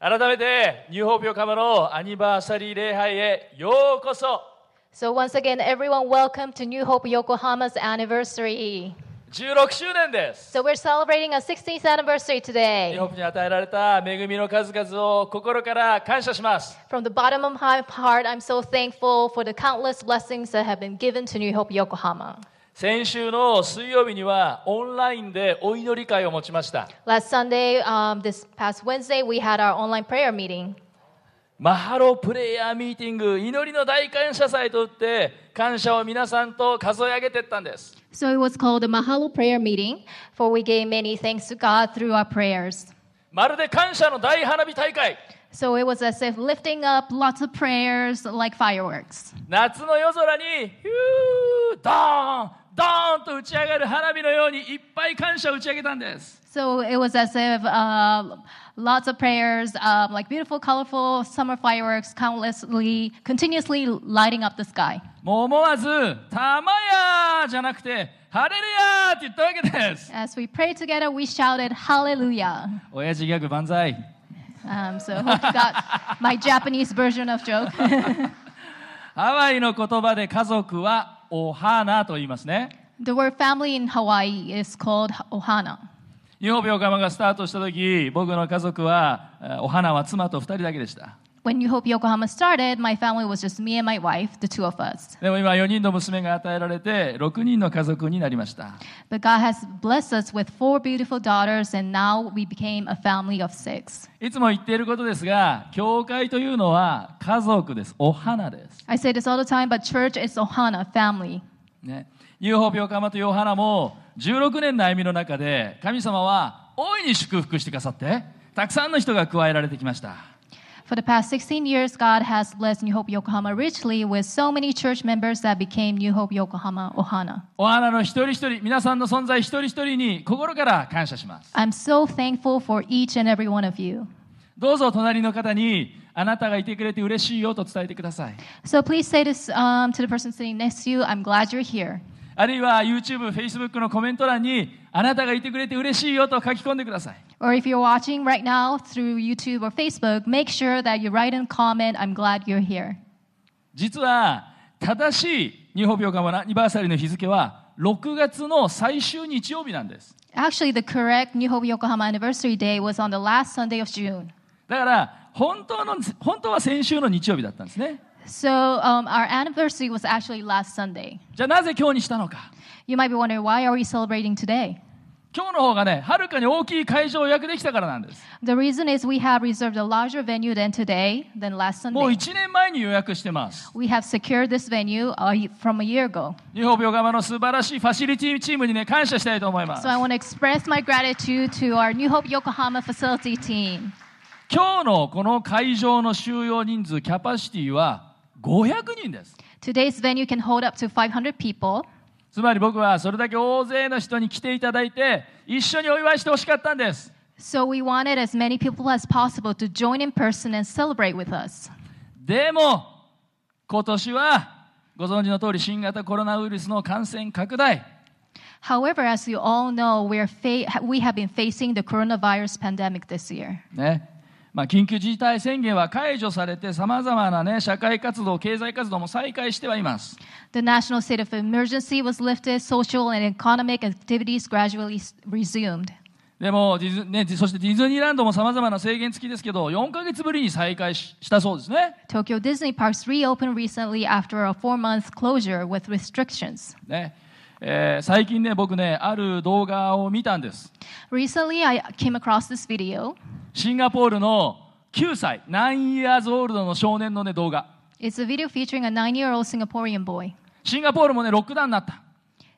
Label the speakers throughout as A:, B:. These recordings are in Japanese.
A: 改めて、ニューホーピオカマのアニバーサリー礼拝へようこそ
B: So once again, everyone, welcome to New Hope Yokohama's anniversary.
A: !16 周年です。
B: So we're celebrating our 16th anniversary
A: ニュー
B: today.
A: ホープに与えられた恵みの数々を心から感謝します。
B: From the bottom of my heart, I'm so thankful for the countless blessings that have been given to New Hope Yokohama.
A: 先週の水曜日にはオンラインでお祈り会を持ちました。
B: Last Sunday, um, this past Wednesday, we had our online prayer meeting.
A: マハロプレイヤーミーティング祈りの大感謝祭と打って感謝を皆さんと数え上げていったんです
B: So it was called a Mahalo prayer meeting, for we gave many thanks to God through our prayers.
A: まるで感謝の大花火大会
B: So it was as if lifting up lots of prayers like fireworks.
A: 夏の夜空にヒュードーンドーンと打ち上がる花火のようにいっぱい感謝を打ち上げたんです
B: So it was as if uh, lots of prayers, um, like beautiful, colorful summer fireworks, countlessly, continuously lighting up the sky.
A: もう思わず「たまや!」じゃなくて「ハレルヤ!」って言ったわけです
B: As we prayed together, we shouted Hallelujah.
A: 親父ギャグ万歳
B: Um, so hope you got my Japanese version of joke.
A: ハワイの言葉で家族はお花と言いますね
B: the word family in Hawaii is called ohana.
A: 日本病釜がスタートした時僕の家族はえーお花は妻と2人だけでした
B: When New Hope Yokohama started, my family was just me and my wife, the two of us.
A: でも今4人の娘が与えられて6人の家族になりました
B: But God has blessed us with four beautiful daughters, and now we became a family of six.
A: いつも言っていることですが教会というのは家族ですお花です、
B: I say this all the time, but church is ohana, family.
A: ね、ユーホ病釜というお花も16年の歩みの中で神様は大いに祝福してくださってたくさんの人が加えられてきました
B: For the past 16 years, God has blessed New Hope Yokohama richly with so many church members that became New Hope Yokohama Ohana.
A: お花の一人一人皆さんの存在一人一人に心から感謝します
B: I'm so thankful for each and every one of you.
A: どうぞ隣の方にあなたがいてくれて嬉しいよと伝えてください
B: So please say this um, to the person sitting next to you I'm glad you're here.
A: あるいは YouTube、Facebook のコメント欄にあなたがいてくれて嬉しいよと書き込んでください
B: Or if you're watching right now through YouTube or Facebook, make sure that you write and comment, I'm glad you're here.
A: 実は正しい日本病館のアニバーサリーの日付は6月の最終日曜日なんです
B: Actually, the correct New Hope Yokohama anniversary day was on the last Sunday of June.
A: だから本当の本当は先週の日曜日だったんですね
B: So um, our anniversary was actually last Sunday.
A: じゃあなぜ今日にしたのか
B: You might be wondering why are we celebrating today?
A: 今日の方がねはるかに大きい会場を予約できたからなんです
B: The reason is we have reserved a larger venue than today than last
A: もう
B: Sunday.
A: 1年前に予約してます
B: We have secured this venue uh, from a year ago.
A: 日本病館の素晴らしいファシリティチームにね感謝したいと思います
B: So I want to express my gratitude to our New Hope Yokohama facility team.
A: 今日のこの会場の収容人数キャパシティは500人です
B: Today's venue can hold up to 500 people.
A: つまり僕はそれだけ大勢の人に来ていただいて一緒にお祝いしてほしかったんです
B: So we wanted as many people as possible to join in person and celebrate with us.
A: でも今年はご存知の通り新型コロナウイルスの感染拡大
B: However, as you all know, we're fa- we have been facing the coronavirus pandemic this year.
A: ねまあ、緊急事態宣言は解除されてさまざまな、ね、社会活動経済活動も再開してはいます
B: The national state of emergency was lifted, social and economic activities gradually s- resumed.
A: でもディズ、ね、そしてディズニーランドもさまざまな制限付きですけど4ヶ月ぶりに再開ししたそうですね
B: Tokyo Disney Parks reopened recently after a four month closure with restrictions.
A: ねえー最近ね僕ねある動画を見たんです
B: Recently, I came across this video.
A: シンガポールの9歳9 years old の少年のね動画
B: It's a video featuring a nine year old Singaporean boy.
A: シンガポールもねロックダウンになった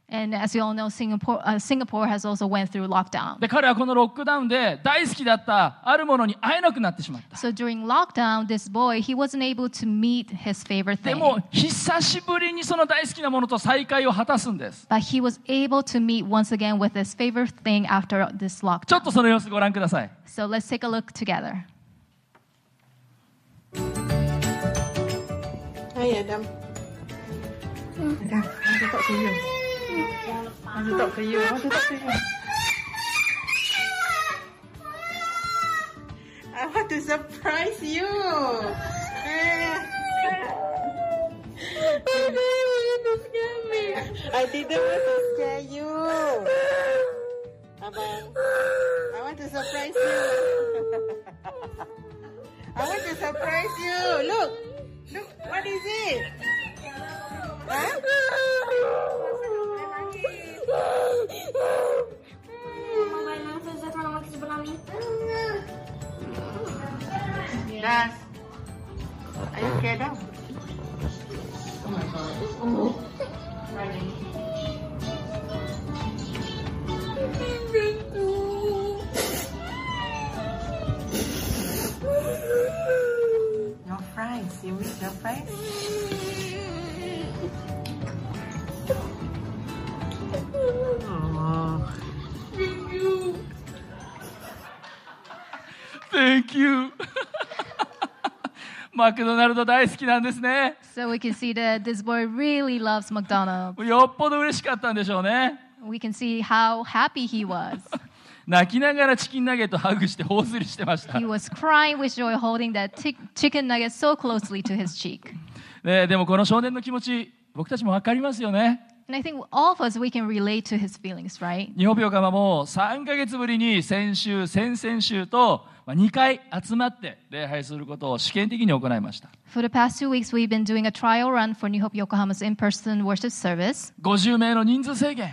B: And as you all know, Singapore, uh, Singapore has also went through lockdown.
A: で彼はこのロックダウンで大好きだったあるものに会えなくなってしまった
B: So during lockdown, this boy, he wasn't able to meet his favorite
A: で
B: thing.
A: も久しぶりにその大好きなものと再会を果たすんです
B: But he was able to meet once again with his favorite thing after this
A: ちょっ
B: lockdown.
A: とその様子ご覧ください
B: So let's take a look together.
C: Hai Adam. Adam, dia tak kaya. Dia tak kaya, dia tak kaya. want to surprise you. Eh, I didn't want to scare you. Abang, I want to surprise you. I want to surprise you. Look, look, what is it? Huh?
D: Mainan sejak lama kita bermain.
C: Das, are you scared of? No fries. You miss no fries? Oh.
A: Thank you マクドナルド大好きなんですね
B: So we can see that this boy really loves McDonald's.
A: よっぽど嬉しかったんでしょうね
B: We can see how happy he was.
A: 泣きながらチキンナゲットハグして頬ずりしてました、
B: He was crying with joy, holding that tic- chicken nugget so closely to his cheek.
A: ね、でもこの少年の気持ち僕たちも分かりますよね
B: And I think all of us, we can relate to his feelings, right?
A: 日本病マも3ヶ月ぶりに先週先々週とまあ2回集まって礼拝することを試験的に行いました
B: For the past two weeks, we've been doing a trial run for New Hope Yokohama's in person worship service.
A: 50名の人数制限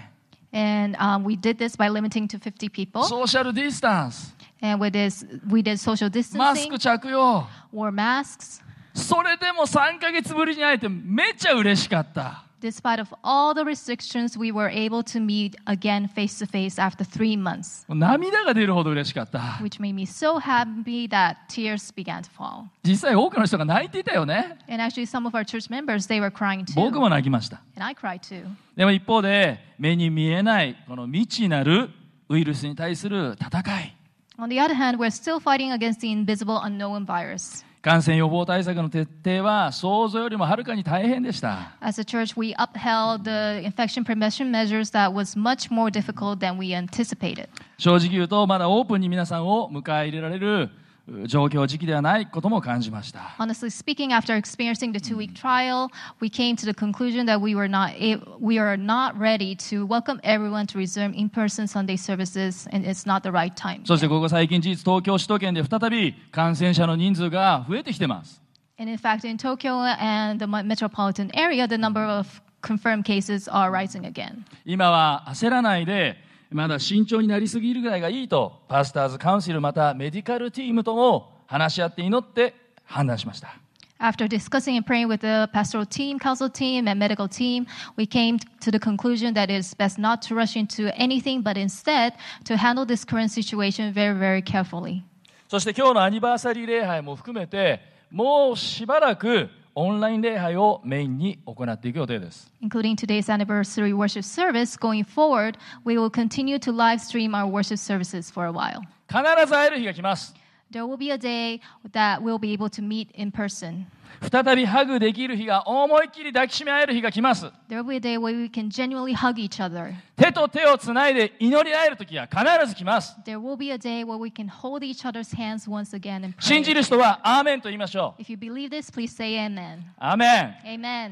B: And um, we did this by limiting to 50 people.
A: ソーシャルディスタンス
B: And with this, we did social
A: マスク
B: distancing,
A: 着用
B: wore masks.
A: それでも3ヶ月ぶりに会えてめっちゃ嬉しかった
B: Despite of all the restrictions, we were able to meet again face to face after three months,
A: もう涙が出るほど嬉しかった
B: which made me so happy that tears began to fall.
A: 実際多くの人が泣いていたよね
B: And actually, some of our church members, they were crying too.
A: 僕も泣きました
B: And I cried too.
A: でも一方で目に見えないこの未知なるウイルスに対する戦い
B: On the other hand, we're still fighting against the invisible unknown virus.
A: 感染予防対策の徹底は想像よりもはるかに大変でした
B: As a church, we upheld the infection prevention measures that was much more difficult than we anticipated.
A: 正直言うとまだオープンに皆さんを迎え入れられるう状況時期ではないことも感じました
B: Honestly speaking, after experiencing the two-week trial, we came to the conclusion that we were not a- we are not ready to welcome everyone to resume in-person Sunday services, and it's not the right time.
A: そしてここ最近事実東京首都圏で再び感染者の人数が増えてきてます
B: And in fact, in Tokyo and the me- metropolitan area, the number of confirmed cases are rising again.
A: 今は焦らないでまだ慎重になりすぎるぐらいがいいとパスターズカウンシルまたメディカルチームとも話し合って祈って判断しました
B: After discussing and praying with the pastoral team, council team, and medical team, we came to the conclusion that it is best not to rush into anything, but instead to handle this current situation very, very carefully.
A: そして今日のアニバーサリー礼拝も含めてもうしばらくオンライン礼拝をメインに行っていく予定です
B: Including today's anniversary worship service, going forward, we will continue to live stream our worship services for a while.
A: 必ず会える日が来ます
B: There will be a day that we'll be able to meet in person.
A: 再びハグできる日が思いっきり抱きしめ合える日が来ます
B: There will be a day where we can genuinely hug each other.
A: 手と手をつないで祈り合える時が必ず来ます
B: There will be a day where we can hold each other's hands once again and
A: 信じ
B: pray.
A: る人はアーメンと言いましょう
B: If you believe this, please say amen.
A: アーメン
B: Amen.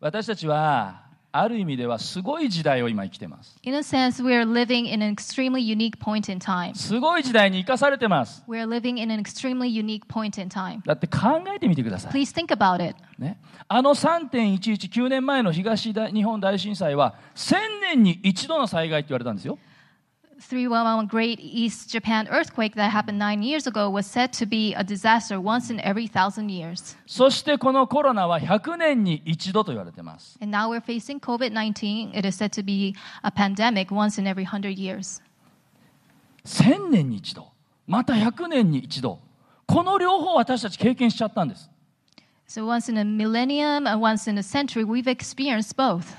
A: 私たちはある意味ではすごい時代を今生きてます。
B: In a sense, we are living in an extremely unique point in time.
A: すごい時代に生かされてます。
B: We are living in an extremely unique point in time.
A: だって考えてみてください。
B: Please think about it.
A: ね、あの3.119年前の東大日本大震災は1000年に一度の災害って言われたんですよ。
B: 311 Great East Japan earthquake that happened nine years ago was said to be a disaster once in every thousand years.
A: そしてこのコロナは100年に一度と言われてます。
B: And now we're facing COVID 19. It is said to be a pandemic once in every hundred years.
A: 1000年に一度、また100年に一度、この両方を私たち経験しちゃったんです。
B: So once in a millennium and once in a century, we've experienced both.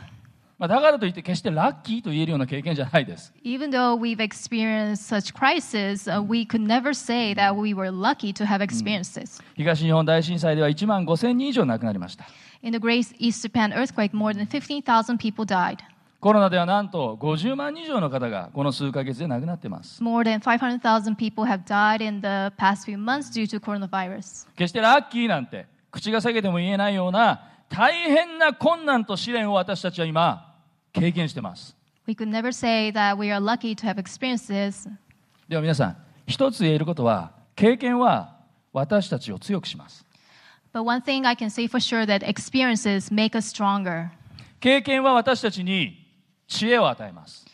A: まあ、だからといって決してラッキーと言えるような経験じゃないです。
B: Even though we've experienced such crises, uh, we could never say that we were lucky to have experienced this.
A: 東日本大震災では1万5000人以上亡くなりました。
B: In the Great East Japan earthquake, more than 15,000 people died.
A: コロナではなんと50万人以上の方がこの数ヶ月で亡くなっています
B: More than 500,000 people have died in the past few months due to coronavirus.
A: 決してラッキーなんて口が裂けても言えないような大変な困難と試練を私たちは今経験しています
B: We could never say that we are lucky to have experienced this.
A: では皆さん一つ言えることは経験は私たちを強くします
B: But one thing I can say for sure that experiences make us stronger.
A: 経験は私たちに知恵を与えます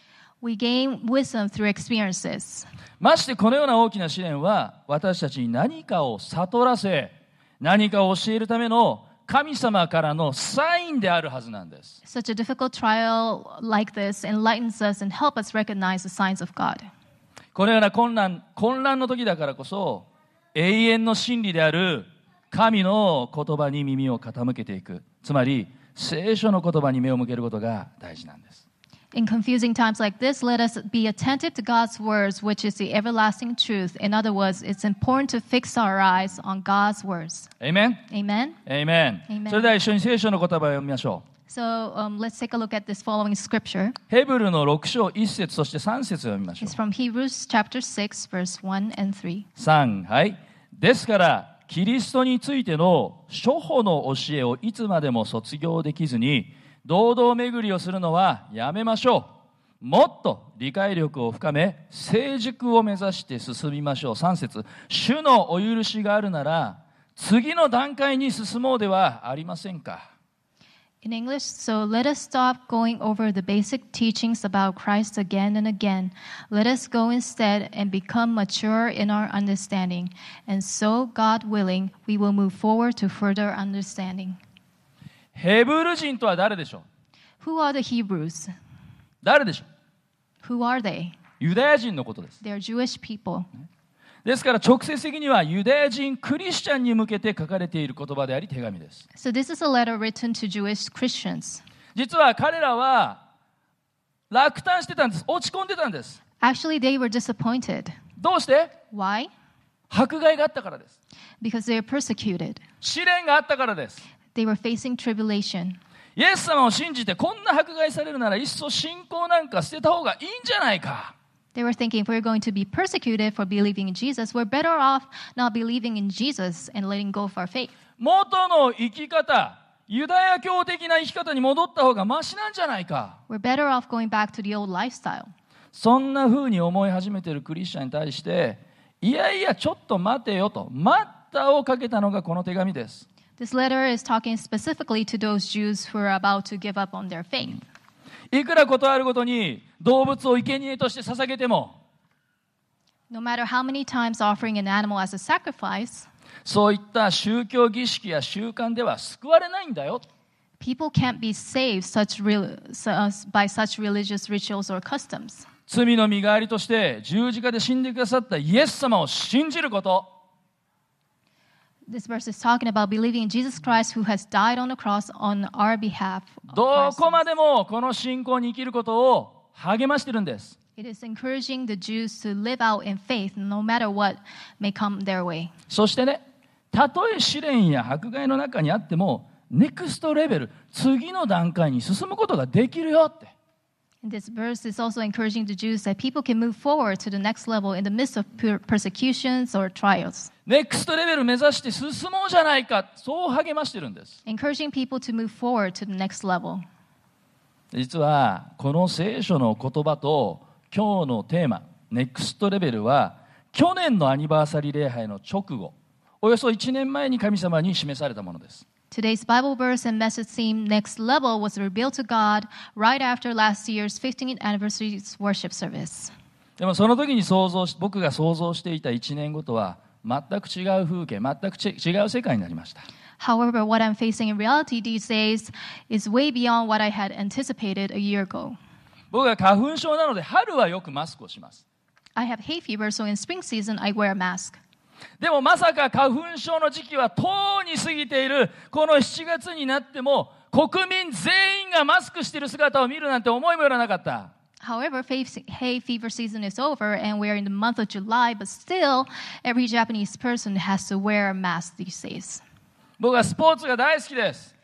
B: We gain wisdom through experiences.
A: ましてこのような大きな試練は私たちに何かを悟らせ何かを教えるための神様からのサインであるはずなんです
B: Such a difficult trial like this enlightens us and helps us recognize the signs of God.
A: このような混乱混乱の時だからこそ永遠の真理である神の言葉に耳を傾けていくつまり聖書の言葉に目を向けることが大事なんです
B: In confusing times like this, let us be attentive to God's words, which is the everlasting truth. In other words, it's important to fix our eyes on God's words.
A: エイメン
B: Amen.
A: エイメン
B: Amen
A: それでは一緒に聖書の言葉を読みましょう
B: So um, let's take a look at this following scripture.
A: ヘブルの6章1節そして3節を読みましょう
B: It's from Hebrews chapter 6, verse 1 and 3.
A: 3はいですからキリストについての初歩の教えをいつまでも卒業できずに堂々巡りをするのはやめましょうもっと理解力を深め成熟を目指して進みましょう3節主のお許しがあるなら次の段階に進もうではありませんか
B: In English, so let us stop going over the basic teachings about Christ again and again. Let us go instead and become mature in our understanding. And so, God willing, we will move forward to further understanding.
A: ヘブル人とは誰でしょう
B: Who are the Hebrews?
A: 誰でしょう
B: Who are they?
A: ユダヤ人のことです
B: They're Jewish people.
A: ですから直接的にはユダヤ人クリスチャンに向けて書かれている言葉であり手紙です
B: So, this is a letter written to Jewish Christians.
A: 実は彼らは落胆してたんです落ち込んでたんです
B: Actually, they were disappointed.
A: どうして
B: Why?
A: 迫害があったからです
B: Because they were persecuted,
A: 試練があったからです
B: they were facing tribulation.
A: イエス様を信じてこんな迫害されるならいっそ信仰なんか捨てた方がいいんじゃないか
B: They were thinking, if we're going to be persecuted for believing in Jesus, we're better off not believing in Jesus and letting go of our faith.
A: 元の生き方ユダヤ教的な生き方に戻った方がマシなんじゃないか
B: We're better off going back to the old lifestyle.
A: そんな風に思い始めているクリスチャンに対していやいやちょっと待てよと待ったをかけたのがこの手紙です
B: This letter is talking specifically to those Jews who are about to give up on their faith.
A: いくらことあるごとに動物を生贄として捧げても
B: No matter how many times offering an animal as a sacrifice,
A: そういった宗教儀式や習慣では救われないんだよ。
B: people can't be saved such real, su- uh, by such religious rituals or customs.
A: 罪の身代わりとして十字架で死んでくださったイエス様を信じること。
B: This verse is talking about believing in Jesus Christ who has died on the cross on our behalf.
A: ど
B: Our
A: こまでもこの信仰に生きることを励ましてるんです。
B: It is encouraging the Jews to live out in faith no matter what may come their way.
A: そしてね、たとえ試練や迫害の中にあっても、ネクストレベル、次の段階に進むことができるよって。
B: And this verse is also encouraging the Jews that people can move forward to the next level in the midst of per- persecutions or trials,
A: ネクストレベル目指して進もうじゃないか。そう励ましてるんです。
B: encouraging people to move forward to the next level.
A: 実はこの聖書の言葉と今日のテーマ「ネクストレベルは去年のアニバーサリー礼拝の直後およそ1年前に神様に示されたものです
B: Today's Bible verse and message theme, Next Level, was revealed to God right after last year's 15th anniversary worship service.
A: でもその時に想像し僕が想像していた1年後とは全く違う風景全くち違う世界になりました
B: However, what I'm facing in reality these days is way beyond what I had anticipated a year ago.
A: 僕が花粉症なので春はよくマスクをします
B: I have hay fever, so in spring season I wear a mask.
A: でもまさか花粉症の時期はとうに過ぎているこの7月になっても国民全員がマスクしている姿を見るなんて思いもよらなかった
B: However, fa- hay fever season is over and we're in the month of July, but still, every Japanese person has to wear a mask these days.
A: 僕はスポーツが大好きです。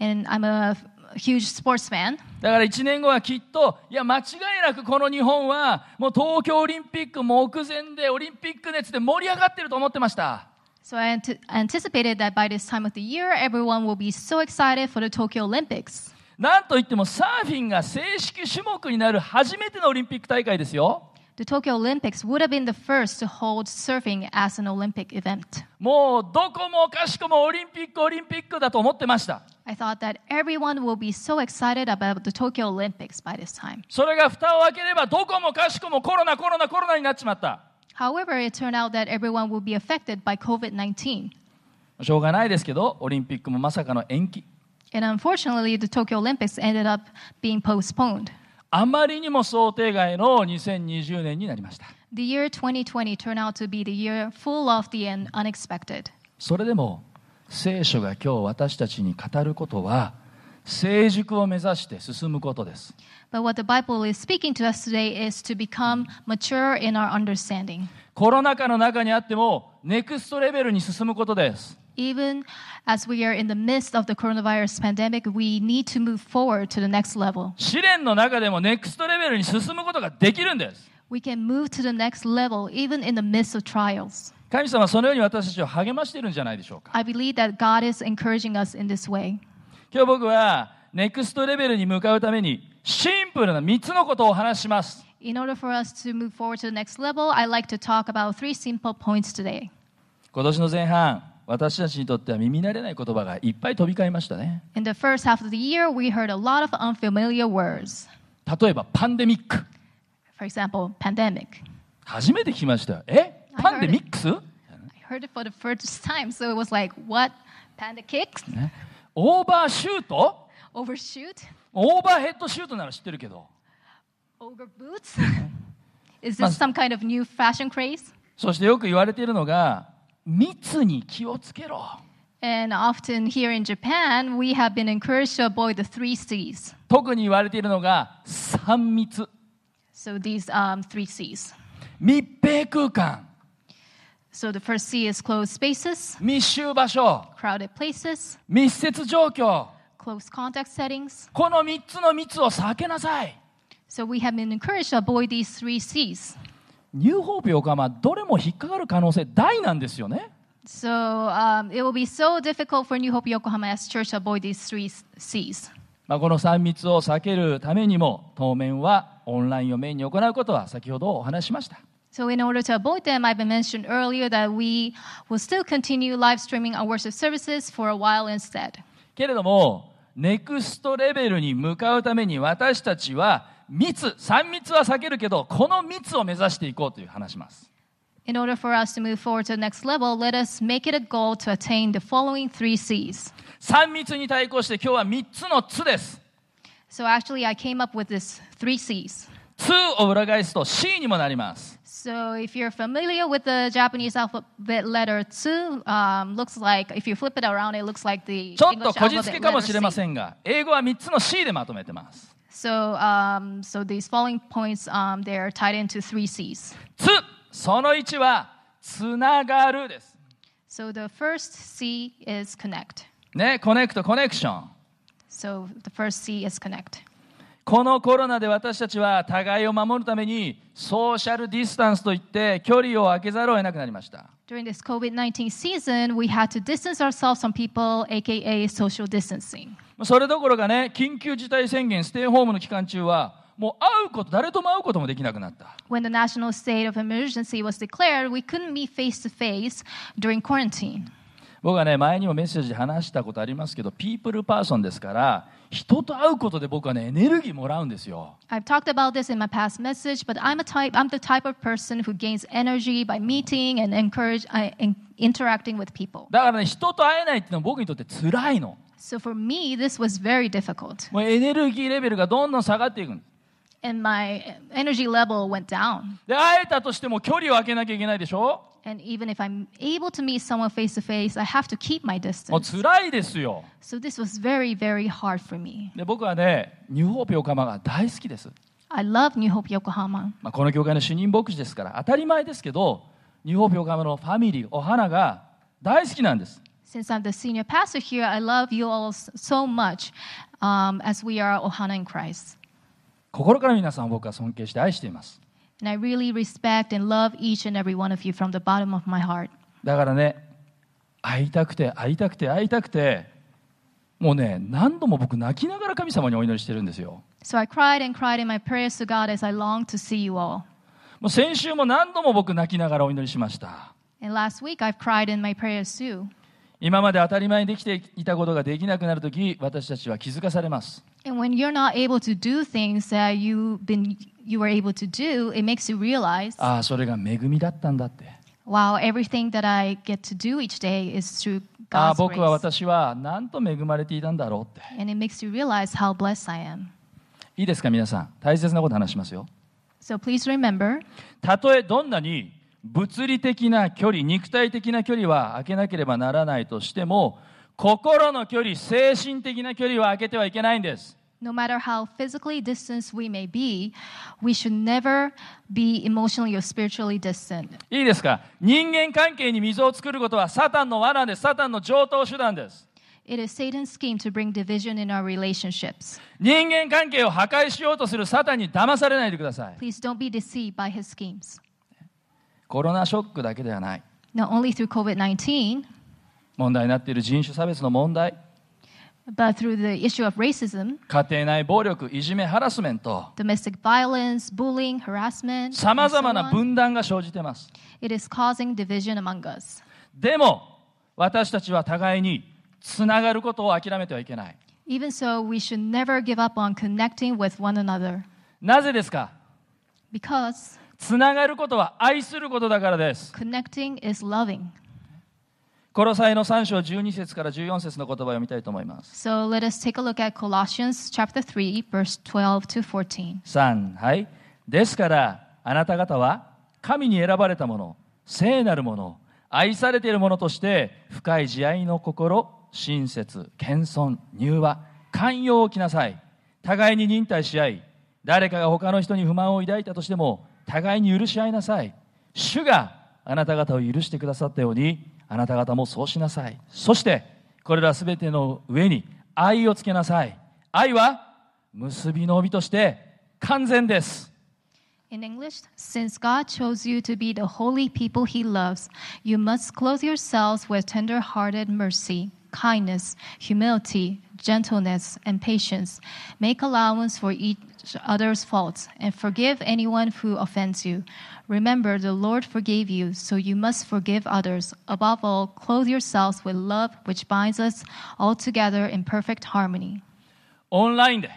B: And I'm a huge sports fan.
A: だから1年後はきっと、いや、間違いなくこの日本は、もう東京オリンピック目前で、オリンピック熱で盛り上がってると思ってました。
B: So I ant- anticipated that by this time of the year, everyone will be so excited for the Tokyo Olympics.
A: なんといってもサーフィンが正式種目になる初めてのオリンピック大会ですよ。
B: The Tokyo Olympics would have been the first to hold surfing as an Olympic event.
A: もうどこもかしこもオリンピック、オリンピックだと思ってました。
B: I thought that everyone will be so excited about the Tokyo Olympics by this time.
A: それが蓋を開ければどこもかしこもコロナ、コロナ、コロナになっちまった。
B: However, it turned out that everyone will be affected by COVID 19.
A: しょうがないですけど、オリンピックもまさかの延期。
B: And unfortunately, the Tokyo Olympics ended up being postponed.
A: あまりにも想定外の2020年になりました。
B: The year 2020 turned out to be the year full of the un- unexpected.
A: それでも聖書が今日私たちに語ることは成熟を目指して進むことです
B: But what the Bible is speaking to us today is to become mature in our understanding.
A: コロナ禍の中にあってもネクストレベルに進むことです
B: Even as we are in the midst of the coronavirus pandemic, we need to move forward to the next level.
A: 試練の中でもネクストレベルに進むことができるんです
B: We can move to the next level even in the midst of trials.
A: 神様はそのように私たちを励ましているんじゃないでしょうか
B: I believe that God is encouraging us in this way.
A: 今日僕はネクストレベルに向かうためにシンプルな3つのことをお話しします
B: In order for us to move forward to the next level, I like to talk about three simple points today.
A: 今年の前半私たちにとっては耳慣れない言葉がいっぱい飛び交いましたね
B: In the first half of the year, we heard a lot of unfamiliar words.
A: 例えばパンデミック
B: For example, pandemic.
A: 初めて聞きましたよえパンデミックス
B: I heard it for the first time, so it was like, what? Panda kicks?
A: ねオーバーシュート
B: Overshoot?
A: オーバーヘッドシュートなら知ってるけど
B: Ogre boots? Is
A: Mas-
B: this some kind of new fashion craze?
A: そしてよく言われているのが密に気をつけろ
B: And often here in Japan, we have been encouraged to avoid the three C's.
A: 特に言われているのが3密
B: So these um, three C's.
A: 密閉空間
B: So the first C is closed spaces,
A: 密集場所
B: crowded places,
A: 密接状況
B: close contact settings.
A: この3つの密を避けなさい
B: So we have been encouraged to avoid these three C's.
A: ニューホープ横浜どれも引っかかる可能性大なんですよね
B: So um, it will be so difficult for New Hope Yokohama as church to avoid these three C's.
A: まあ、この3密を避けるためにも当面はオンラインをメインに行うことは先ほどお話ししました
B: So in order to avoid them, I've been mentioned earlier that we will still continue live streaming our worship services for a while instead.
A: けれどもネクストレベルに向かうために私たちは密3密は避けるけどこの密を目指していこうという話します
B: In order for us to move forward to the next level, let us make it a goal to attain the following three C's.
A: 3密に対抗して今日は3つの「つ」です「
B: So actually, I came up with this three C's.
A: つ」を裏返すと「C」にもなります
B: So if you're familiar with the Japanese alphabet letter tsu, um, looks like if you flip it around, it looks like the
A: ちょっ
B: English
A: とこじつけ
B: alphabet
A: か
B: letter
A: もしれま
B: C.
A: せんが英語は3つの「C」でまとめてます
B: So, um, so these following points, um, they are tied into three C's.
A: 「つ」その1は「つながる」です
B: So the first C is connect.
A: ねコネクトコネクション
B: So the first C is connect.
A: このコロナで私たちは互いを守るためにソーシャルディスタンスといって距離を空けざるを得なくなりました
B: During this COVID 19 season, we had to distance ourselves from people, aka social distancing.
A: それどころかね緊急事態宣言ステイホームの期間中はもう会うこと誰とも会うこともできなくなった
B: When the national state of emergency was declared, we couldn't meet face to face during quarantine.
A: 僕はね前にもメッセージで話したことありますけどピープルパーソンですから人と会うことで僕はねエネルギーもらうんですよ
B: I've talked about this in my past message, but I'm a type. I'm the type of person who gains energy by meeting and encourage uh, in, interacting with people.
A: だからね人と会えないっていうのは僕にとって辛いの
B: So for me, this was very difficult,
A: もうエネルギーレベルがどんどん下がっていくんです
B: and my energy level went down.
A: で会えたとしても距離を空けなきゃいけないでしょ
B: And even if I'm able to meet someone face to face, I have to keep my
A: もう
B: distance.
A: 辛いですよ
B: So this was very, very hard for me.
A: で僕はねニューホープ横浜が大好きです、
B: I love New Hope Yokohama.
A: まあ、この教会の主任牧師ですから当たり前ですけどニューホープ横浜のファミリーお花が大好きなんです
B: Since I'm the senior pastor here, I love you all s- so much um, as we are Ohana in Christ.
A: 心から皆さんを僕は尊敬して愛しています
B: And I really respect and love each and every one of you from the bottom of my heart.
A: だからね会いたくて会いたくて会いたくてもうね何度も僕泣きながら神様にお祈りしてるんですよ
B: So I cried and cried in my prayers to God as I longed to see you all.
A: もう先週も何度も僕泣きながらお祈りしました
B: And last week, I've cried in my prayers too.
A: 今まで当たり前にできていたことができなくなるとき私たちは気づかされます
B: And when you're not able to do things that you've been you were able to do, it makes you realize,
A: ああそれが恵みだったんだって
B: wow, everything that I get to do each day is through
A: ああ
B: God's
A: 僕は
B: grace.
A: 私はなんと恵まれていたんだろうって
B: And it makes you realize how blessed I am.
A: いいですか皆さん大切なこと話しますよ
B: So please remember,
A: たとえどんなに物理的な距離肉体的な距離は空けなければならないとしても心の距離精神的な距離は空けてはいけないんです
B: no matter how physically distant we may be, we should never be emotionally or spiritually distant.
A: いいですか人間関係に溝を作ることはサタンの罠ですサタンの上等手段です
B: It is Satan's scheme to bring division in our relationships.
A: 人間関係を破壊しようとするサタンに騙されないでください
B: Please don't be deceived by his schemes.
A: コロナショックだけではない
B: Not only through COVID 19,
A: 問題になっている人種差別の問題
B: but through the issue of racism,
A: 家庭内暴力いじめハラスメント
B: domestic violence, bullying, harassment,
A: さま
B: and so
A: ざまな
B: on,
A: 分断が生じています
B: it is causing division among us.
A: でも私たちは互いにつながることを諦めてはいけない
B: Even so, we should never give up on connecting with one another
A: なぜですか
B: because
A: つながることは愛することだからです
B: connecting is loving.
A: コロサイの3章12節から14節の言葉を読みたいと思います
B: So let us take a look at Colossians chapter 3, verse 12 to 14.
A: 3はいですからあなた方は神に選ばれたもの聖なるもの愛されているものとして深い慈愛の心親切謙遜柔和寛容を着なさい互いに忍耐し合い誰かが他の人に不満を抱いたとしても互いに許し合いなさい主があなた方を許してくださったようにあなた方もそうしなさいそしてこれらすべての上に愛をつけなさい愛は結びの帯として完全です。
B: In English, since God chose you to be the holy people he loves, you must clothe yourselves with tender hearted mercy, kindness, humility, gentleness, and patience. Make allowance for each other's faults and forgive anyone who offends you. Remember, the Lord forgave you, so you must forgive others. Above all, clothe yourselves with love, which binds us all together in perfect harmony.
A: オンラインで、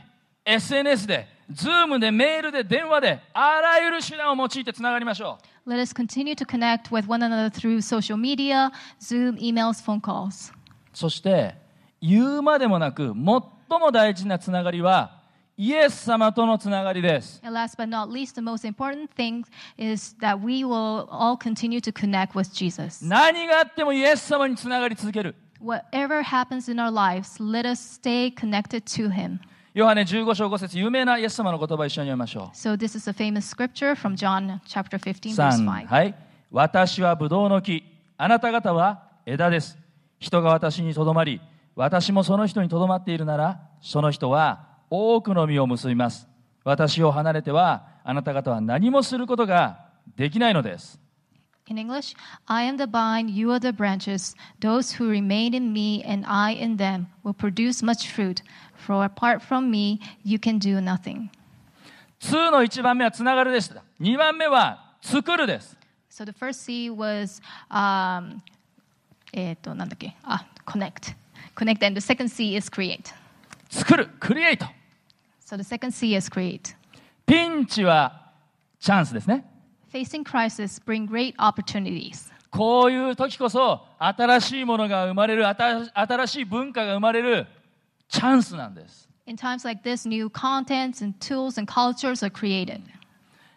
A: SNS で、Zoom で、メールで、電話で、あらゆる手段を用いてつながりましょ
B: Let us continue to connect with one another through social media, Zoom, emails, phone calls.
A: う。そして、言うまでもなく、最も大事なつながりは、イエス様とのつながりです。
B: And last but not least, the most important thing is that we will all continue to connect with Jesus.
A: 何があってもイエス様につながり続ける。
B: Whatever happens in our lives, let us stay connected to Him.
A: ヨハネ15章5節有名なイエス様の言葉を一緒に読みましょう。
B: So, this is a famous scripture from John chapter 15, verse 5.
A: 3はい私はブドウの木あなた方は枝です人が私にとどまり私もその人にとどまっているならその人は多くの実を結びます私を離れてはあなた方は何もすることができないのです
B: In English, I am the vine, you are the branches. Those who remain in me and I in them will produce much fruit, for apart from me, you can do nothing.
A: 2の1番目はつながるでした2番目は作るです
B: So the first C was um, えーと、なんだっけ？Ah, connect. Connect, and the second C is create.
A: 作るクリエイト
B: So the second C is create.
A: ピンチはチャンスですね
B: Facing crisis bring great opportunities.
A: こういう時こそ新しいものが生まれる新新しい文化が生まれるチャンスなんです
B: In times like this, new contents and tools and cultures are created.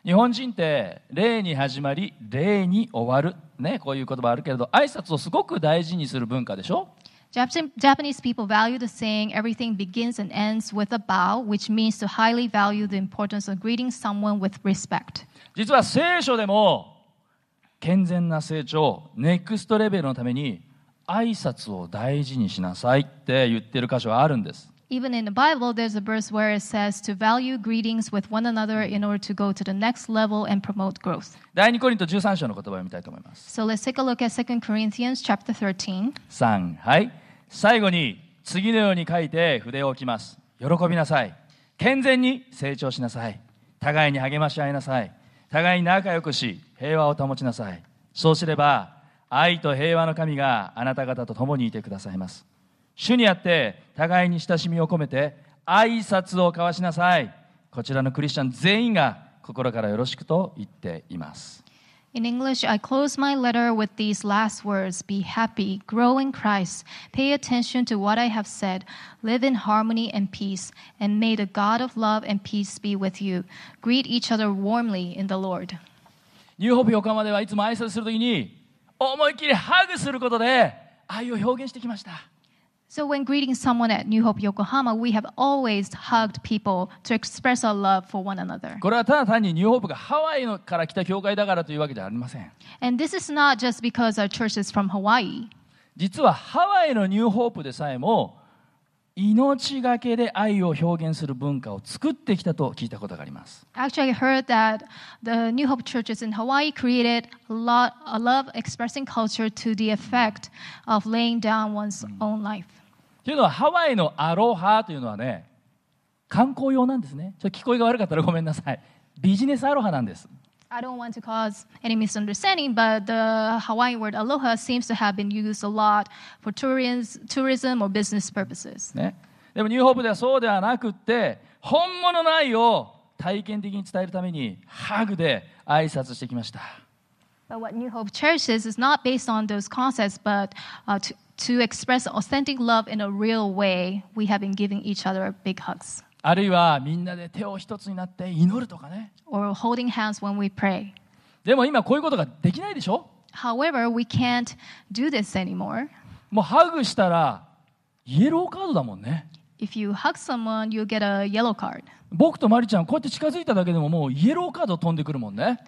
A: 日本人って礼に始まり礼に終わるねこういう言葉あるけれど挨拶をすごく大事にする文化でしょ
B: Jap- Japanese people value the saying, everything begins and ends with a bow, which means to highly value the importance of greeting someone with respect.
A: 実は聖書でも健全な成長ネクストレベルのために挨拶を大事にしなさいって言ってる箇所はあるんです。
B: Even in the Bible, there's a verse where it says to value greetings with one another in order to go to the next level and promote growth.
A: 第2コリント13章の言葉を読みたいと思います。
B: So let's take a look at 2 Corinthians chapter 13.
A: 3、はい。最後に、次のように書いて筆を置きます。喜びなさい。健全に成長しなさい。互いに励まし合いなさい。互いに仲良くし、平和を保ちなさい。そうすれば、愛と平和の神があなた方と共にいてくださいます。主にあって、互いに親しみを込めて、挨拶を交わしなさい。こちらのクリスチャン全員が心からよろしくと言っています。
B: In English, I close my letter with these last words Be happy, grow in Christ, pay attention to what I have said, live in harmony and peace, and may the God of love and peace be with you. Greet each other warmly in the Lord.
A: ニューホープ横浜ではいつも挨拶するときに思いっきりハグすることで愛を表現してきました。
B: So, when greeting someone at New Hope Yokohama, we have always hugged people to express our love for one another.
A: これはただ単にニューホープがハワイのから来た教会だからというわけではありません。
B: And this is not just because our church is from Hawaii.
A: 実はハワイのニューホープでさえも命がけで愛を表現する文化を作ってきたと聞いたことがあります。
B: Actually, I heard that the New Hope churches in Hawaii created a lot a love expressing culture to the effect of laying down one's own life.
A: というのはハワイのアロハというのはね観光用なんですね。ちょっと聞こえが悪かったらごめんなさい。ビジネスアロハなんです。
B: I don't want to cause any misunderstanding, but the Hawaiian word aloha seems to have been used a lot for tourists, tourism or business purposes.
A: ね、でもニューホープではそうではなくって本物の愛を体験的に伝えるためにハグで挨拶してきました
B: But what New Hope Church is is not based on those concepts, but uh, to, to express authentic love in a real way, we have been giving each other big hugs
A: あるいはみんなで手を一つになって祈るとかね
B: or holding hands when we pray.
A: でも今こういうことができないでしょ
B: However, we can't do this anymore.
A: もうハグしたらイエローカードだもんね
B: If you hug someone, you get a yellow card.
A: 僕とマリちゃんこうやって近づいただけでももうイエローカード飛んでくるもんね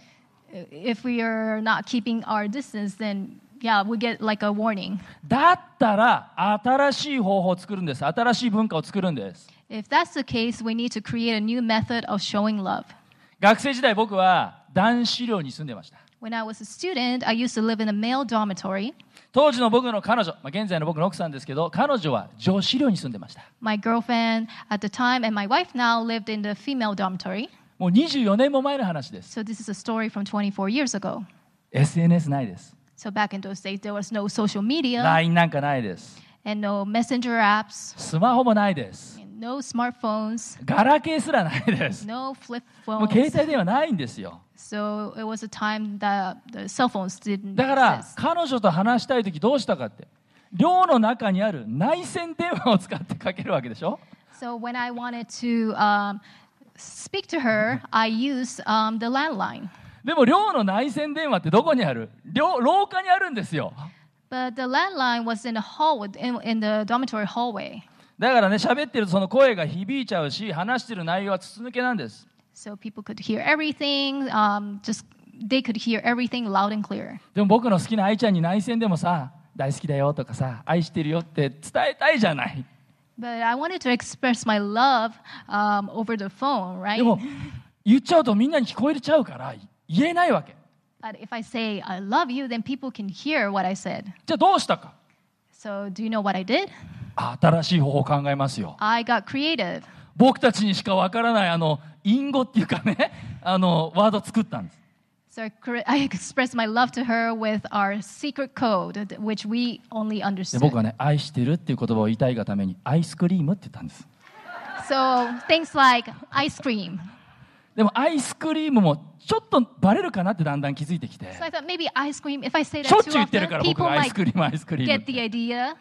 B: If we are not keeping our distance, then yeah, we get like a warning.
A: だったら新しい方法を作るんです新しい文化を作るんです
B: If that's the case, we need to create a new method of showing love.
A: 学生時代僕は男子寮に住んでました
B: When I was a student, I used to live in a male dormitory.
A: 当時の僕の彼女、まあ、現在の僕の奥さんですけど彼女は女子寮に住んでました
B: My girlfriend at the time and my wife now lived in the female dormitory.
A: もう24年も前の話です
B: So this is a story from 24 years ago.
A: SNS ないです、
B: So back in those days, there was no social media
A: LINE なんかないです
B: and no messenger apps,
A: スマホもないです、
B: and no smartphones.
A: ガラケーすらないです、
B: No flip
A: もう携
B: phones.
A: 帯電話ないんですよ
B: So it was a time that the cell phones didn't
A: だから、
B: exist.
A: 彼女と話したい時どうしたかって寮の中にある内線電話を使ってかけるわけでしょ
B: So when I wanted to um, speak to her, I used um, the landline.
A: でも寮の内線電話ってどこにある寮廊下にあるんですよ
B: But the landline was in the hall in, in the dormitory hallway.
A: だからね喋ってるとその声が響いちゃうし話してる内容は筒抜けなんです
B: So people could hear everything. Um, just they could hear everything loud and clear.
A: でも僕の好きな愛ちゃんに内戦でもさ大好きだよとかさ愛してるよって伝えたいじゃない
B: But I wanted to express my love um, over the phone,
A: でも
B: right?
A: 言っちゃうとみんなに聞こえちゃうから言えないわけ
B: But if I say I love you, then people can hear what I said.
A: じゃあどうしたか
B: So do you know what I did?
A: 新しい方法を考えますよ
B: I got creative.
A: 僕たちにしかわからないあの隠語っていうかね あのワード作ったんです
B: So I cre- I expressed my love to her with our secret code, th- which we only
A: で
B: understood.
A: 僕はね愛してるっていう言葉を言いたいがためにアイスクリームって言ったんです
B: So things like ice cream.
A: でもアイスクリームもちょっとバレるかなってだんだん気づいてきて
B: So I thought maybe ice cream. If I say
A: しょっ
B: that
A: ち
B: too
A: ゅう言ってるか
B: often,
A: ら僕
B: people
A: がアイス
B: might
A: クリームアイスクリームっ
B: get
A: て
B: the idea.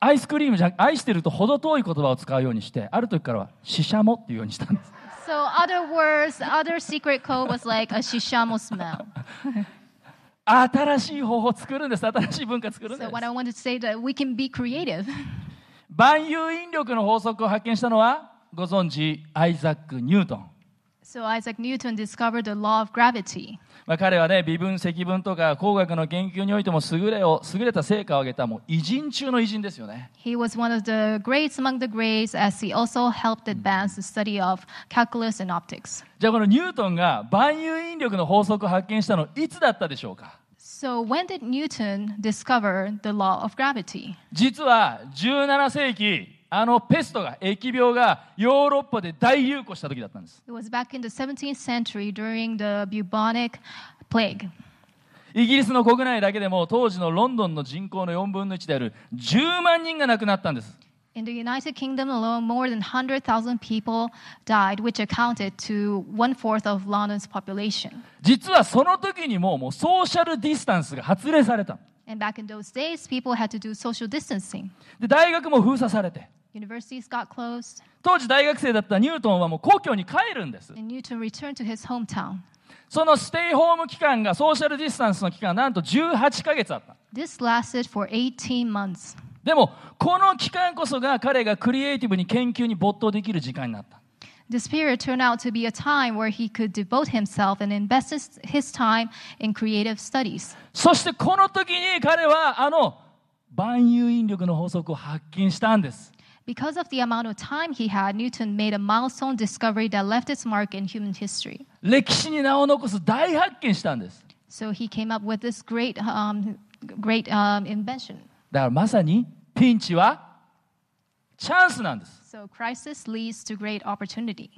A: アイスクリームじゃ愛してると程遠い言葉を使うようにしてある時からは「ししゃも」っていうようにしたんです
B: So other words, other secret code was like a shishamo smell.
A: 新しい方法を作るんです新しい文化作るんで
B: So
A: す
B: what I wanted to say that we can be creative.
A: 万有引力の法則を発見したのはご存知アイザック・ニュートン
B: So Isaac Newton discovered the law of gravity.
A: まあ、彼はね微分積分とか工学の研究においても優れを優れた成果を上げたもう偉人中の偉人ですよね
B: He was one of the greats among the greats as he also helped advance the study of calculus and optics.
A: じゃあこのニュートンが万有引力の法則を発見したのいつだったでしょうか
B: So when did Newton discover the law of gravity?
A: 実は17世紀あのペストが疫病がヨーロッパで大流行した時だったんです
B: It was back in the 17th century during the bubonic plague.
A: イギリスの国内だけでも当時のロンドンの人口の4分の1である10万人が亡くなったんです
B: In the United Kingdom alone, more than 100,000 people died, which accounted to one fourth of London's population.
A: 実はその時にもうもうソーシャルディスタンスが発令された
B: And back in those days, people had to do social distancing.
A: で大学も封鎖されて
B: Universities got closed,
A: 当時大学生だったニュートンはもう故郷に帰るんです。
B: and Newton returned to his hometown.
A: そのステイホーム期間が、ソーシャルディスタンスの期間がなんと18ヶ月あった。
B: This lasted for 18 months.
A: でも、この期間こそが彼がクリエイティブに研究に没頭できる時間になった。
B: This period turned out to be a time where he could devote himself and invest his- his time in creative studies.
A: そしてこの時に彼はあの万有引力の法則を発見したんです。
B: Because of the amount of time he had, Newton made a milestone discovery that left its mark in human history.
A: 歴史に名を残す大発見したんです。
B: So he came up with this great, um, great um, invention.
A: だからまさにピンチはチャンスなんです。
B: So crisis leads to great opportunity.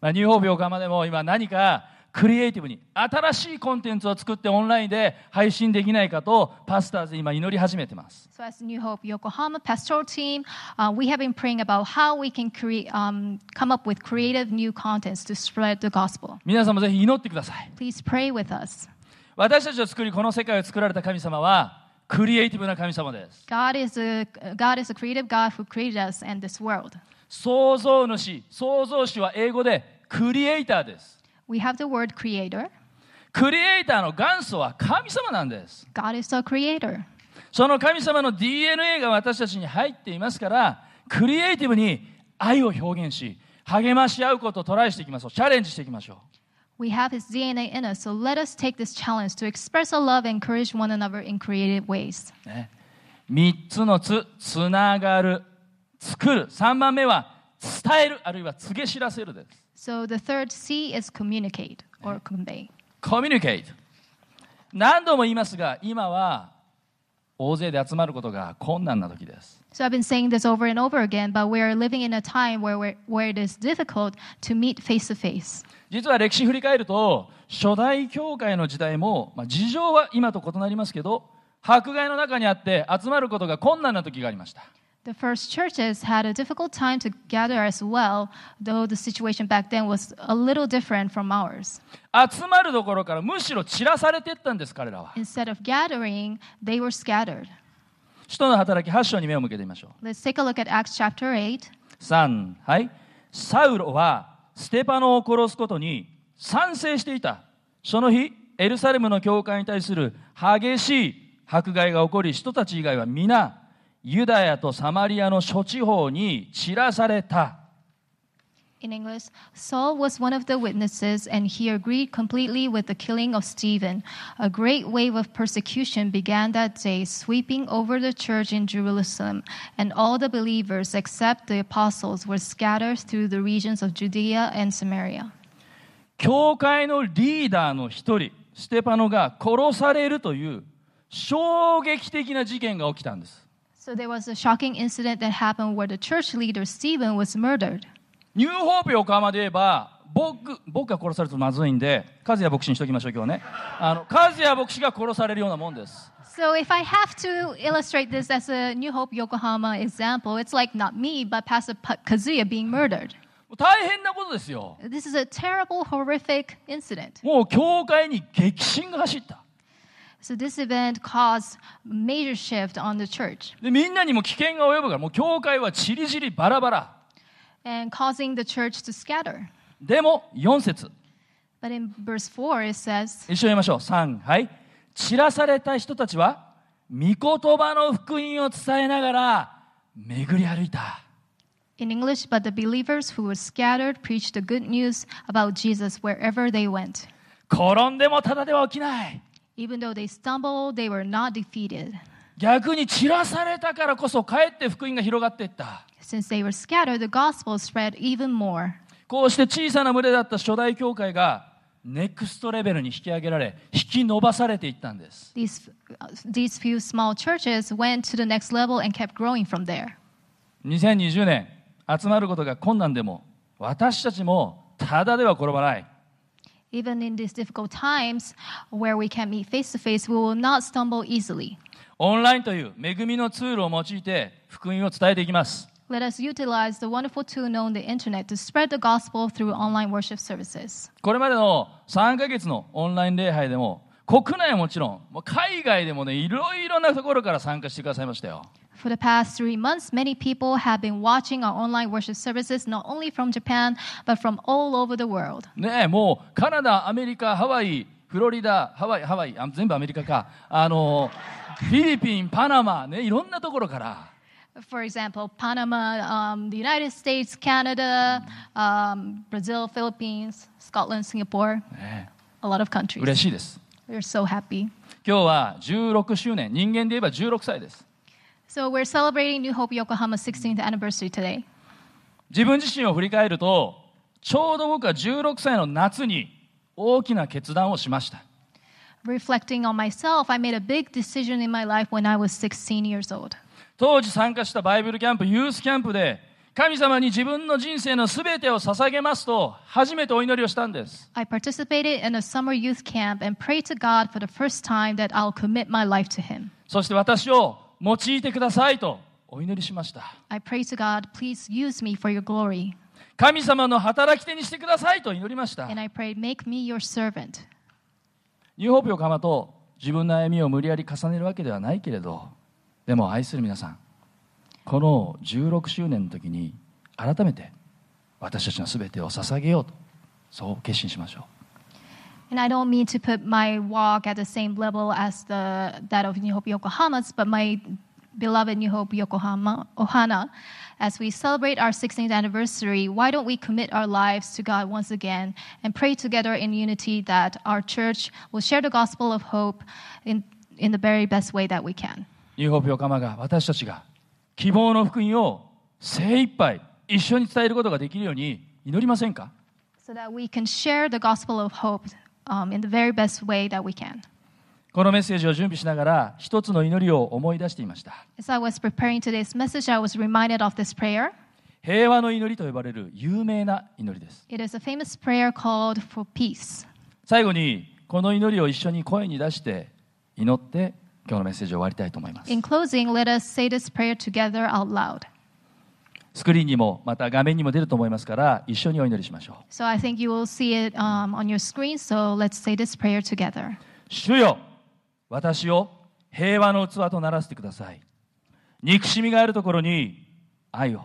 A: まあ、ニューホープ横浜でも今何かクリエイティブに新しいコンテンツを作ってオンラインで配信できないかとパスターズ今祈り始めてます
B: So as New Hope Yokohama pastoral team, uh, we have been praying about how we can create, um, come up with creative new contents to spread the gospel.
A: 皆さんもぜひ祈ってください
B: Please pray with us.
A: 私たちを作りこの世界を作られた神様はクリエイティブな神様です
B: God is a God is a creative God who created us and this world.
A: 創造主創造主は英語でクリエイターです
B: We have the word creator.
A: クリエイターの元祖は神様なんです
B: God is the creator.
A: その神様の DNA が私たちに入っていますからクリエイティブに愛を表現し励まし合うことをトライしていきましょうチャレンジしていきましょう
B: We have his DNA in us, so let us take this challenge to express our love and encourage one another in creative ways.
A: ね、3つのつ、つながる、作る。3番目は、伝える、あるいは告げ知らせるです。
B: So the third C is communicate or convey.
A: コミュニケート。何度も言いますが、今は大勢で集まることが困難な時です。
B: So I've been saying this over and over again, but we are living in a time where, where, where it is difficult to meet face to face.
A: 実は歴史振り返ると、初代教会の時代も、まあ、事情は今と異なりますけど、迫害の中にあって集まることが困難な時がありました。
B: The first churches had a difficult time to gather as well, though the situation back then was a little different from ours.
A: 集まるどころからむしろ散らされていったんです、彼らは。
B: Instead of gathering, they were scattered.
A: 使徒の働き8章に目を向けてみましょう。
B: Let's take a look at Acts chapter 8.
A: 3はいサウロはステパノを殺すことに賛成していたその日エルサレムの教会に対する激しい迫害が起こり人たち以外は皆ユダヤとサマリアの諸地方に散らされた
B: In English, Saul was one of the witnesses, and he agreed completely with the killing of Stephen. A great wave of persecution began that day, sweeping over the church in Jerusalem, and all the believers except the apostles were scattered through the regions of Judea and Samaria.
A: 教会のリーダーの一人ステパノが殺されるという衝撃的な事件が起きたんです
B: So there was a shocking incident that happened where the church leader Stephen was murdered.
A: ニューホープ横浜で言えば僕僕が殺されるとまずいんで和也牧師にしときましょう今日ねあの和也牧師が殺されるようなもんです
B: So if I have to illustrate this as a New Hope Yokohama example, it's like not me, but Pastor Pa- Kazuya being murdered.
A: 大変なことですよ
B: This is a terrible, horrific incident.
A: もう教会に激震が走った
B: So this event caused major shift on the church
A: でみんなにも危険が及ぶからもう教会はちりぢりバラバラ
B: and causing the church to scatter.
A: でも4節
B: But in verse 4 it says,
A: 一緒に見ましょう3はい散らされた人たちは御言葉の福音を伝えながら巡り歩いた
B: in English, but the believers who were scattered preached the good news about Jesus wherever they went.
A: 転んでもただでは起きない
B: Even though they stumbled, they were not defeated.
A: 逆に散らされたからこそかえって福音が広がっていった
B: Since they were scattered, the gospel spread even more.
A: こうして小さな群れだった初代教会がネクストレベルに引き上げられ引き伸ばされていったんです
B: These, uh, these few small churches went to the next level and kept growing from there.
A: 2020年集まることが困難でも私たちもただでは転ばない
B: Even in these difficult times where we can meet face to face, we will not stumble easily.
A: オンラインという恵みのツールを用いて福音を伝えていきます
B: Let us utilize the wonderful tool known the internet to spread the gospel through online worship services.
A: これまでの3ヶ月のオンライン礼拝でも国内はもちろんもう海外でもねいろいろなところから参加してくださいましたよ
B: For the past three months, many people have been watching our online worship services not only from Japan, but from all over the world.
A: ねえもうカナダアメリカハワイフロリダハワイハワイあ全部アメリカかあのフィリピンパナマねいろんなところから
B: For example, Panama, um, the United States, Canada, um, Brazil, Philippines, Scotland, Singapore,
A: ね
B: a lot of
A: え
B: countries.
A: 嬉しいです
B: We're so happy.
A: 今日は16周年人間で言えば16歳です
B: So we're celebrating New Hope Yokohama's 16th anniversary today.
A: 自分自身を振り返るとちょうど僕は16歳の夏に大きな決断をしました
B: Reflecting on myself, I made a big decision in my life when I was 16 years old.
A: 当時参加したバイブルキャンプユースキャンプで神様に自分の人生の全てを捧げますと初めてお祈りをしたんです
B: I participated in a summer youth camp and prayed to God for the first time that I'll commit my life to Him.
A: そして私を用いてくださいとお祈りしました
B: I prayed to God, please use me for your glory.
A: 神様の働き手にしてくださいと祈りました
B: And I prayed, make me your servant.
A: ニューホープ横浜と自分の歩みを無理やり重ねるわけではないけれどでも愛する皆さんこの16周年の時に改めて私たちの全てを捧げようとそう決心しましょう
B: And I don't mean to put my walk at the same level as the that of New Hope Yokohama's, but my beloved New Hope Yokohama Ohana, as we celebrate our 16th anniversary, why don't we commit our lives to God once again and pray together in unity that our church will share the gospel of hope in in the very best way that we can.
A: ニューホープ横浜が私たちが希望の福音を精一杯一緒に伝えることができるように祈りませんか
B: So that we can share the gospel of hope um, in the very best way that we can.
A: このメッセージを準備しながら一つの祈りを思い出していました
B: As I was preparing today's message, I was reminded of this prayer.
A: 平和の祈りと呼ばれる有名な祈りです
B: It is a famous prayer called for peace.
A: 最後にこの祈りを一緒に声に出して祈って今日のメッセージを終わりたいと思います
B: In closing, let us say this prayer together out loud.
A: スクリーンにもまた画面にも出ると思いますから一緒にお祈りしましょう
B: So I think you will see it um, on your screen. So let's say this prayer together.
A: 主よ私を平和の器とならせてください憎しみがあるところに愛を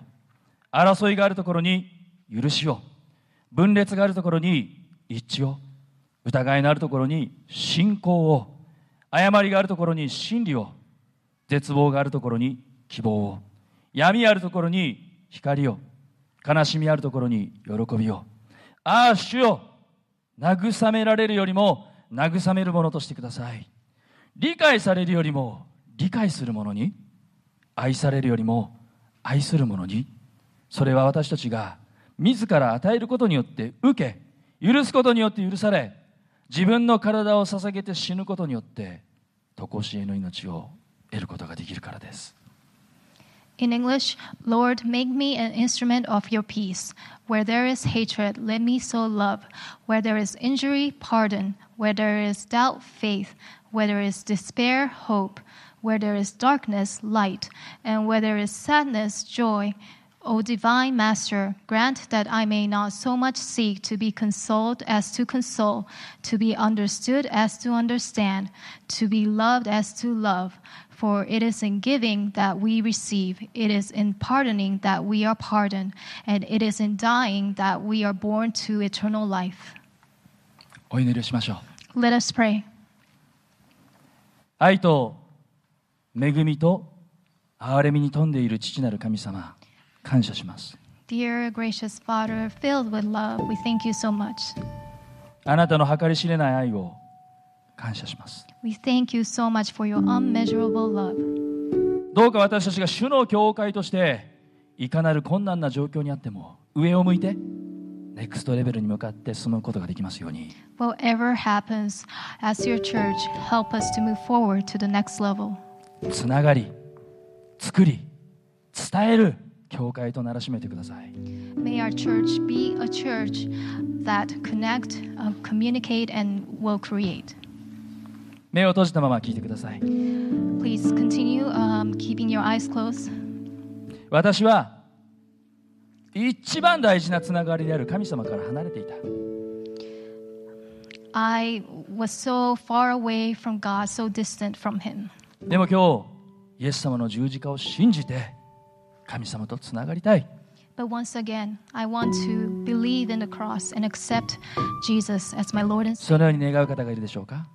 A: 争いがあるところに許しを分裂があるところに一致を疑いのあるところに信仰を誤りがあるところに真理を絶望があるところに希望を闇あるところに光を悲しみあるところに喜びをああ主よ慰められるよりも慰めるものとしてください理解されるよりも理解するものに愛されるよりも愛するものにそれは私たちが自ら与えることによって受け許すことによって許され自分の体を捧げて死ぬことによって常しえの命を得ることができるからです
B: In English, Lord, make me an instrument of your peace. Where there is hatred, let me sow love. Where there is injury, pardon. Where there is doubt, faith. Where there is despair, hope. Where there is darkness, light. And where there is sadness, joy. O divine master, grant that I may not so much seek to be consoled as to console, to be understood as to understand, to be loved as to love. For it is in giving that we receive, it is in pardoning that we are pardoned, and it is in dying that we are born to eternal life.
A: お祈りをしましょう
B: Let us pray.
A: 愛と恵みと憐れみに富んでいる父なる神様感謝します
B: Dear gracious Father, filled with love, we thank you so much.
A: あなたの計り知れない愛を感謝します。
B: We thank you so much for your unmeasurable love.
A: どうか私たちが主の教会としていかなる困難な状況にあっても上を向いてネクストレベルに向かって進むことができますように
B: Whatever happens, as your church, help us to move forward to the next level.
A: つながり作り伝える教会とならしめてください
B: May our church be a church that connect, uh, communicate, and will create.
A: 目を閉じたまま聞いてください
B: Please continue um, keeping your eyes closed.
A: 私は一番大事なつながりである神様から離れていた
B: I was so far away from God, so distant from Him.
A: でも今日イエス様の十字架を信じて神様とつながりたい
B: But once again, I want to believe in the cross and accept Jesus as my Lord and Savior.
A: そのように願う方がいるでしょうか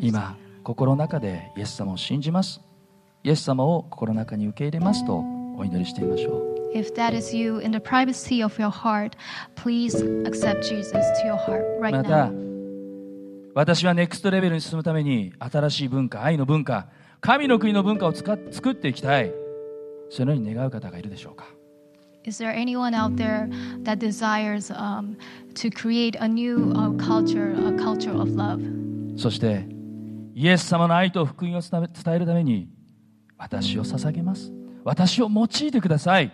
A: 今心の中でイエス様を信じますイエス様を心の中に受け入れますとお祈りしてみましょう
B: If that is you, in the privacy of your heart, please accept Jesus to your heart right
A: ま
B: now.
A: た私はネクストレベルに進むために新しい文化愛の文化神の国の文化を使っ作っていきたいそのように願う方がいるでしょうか
B: Is there anyone out there that desires um, to create a new uh, culture, a culture of love?
A: そしてイエス様の愛と福音を伝え伝えるために私を捧げます私を用いてください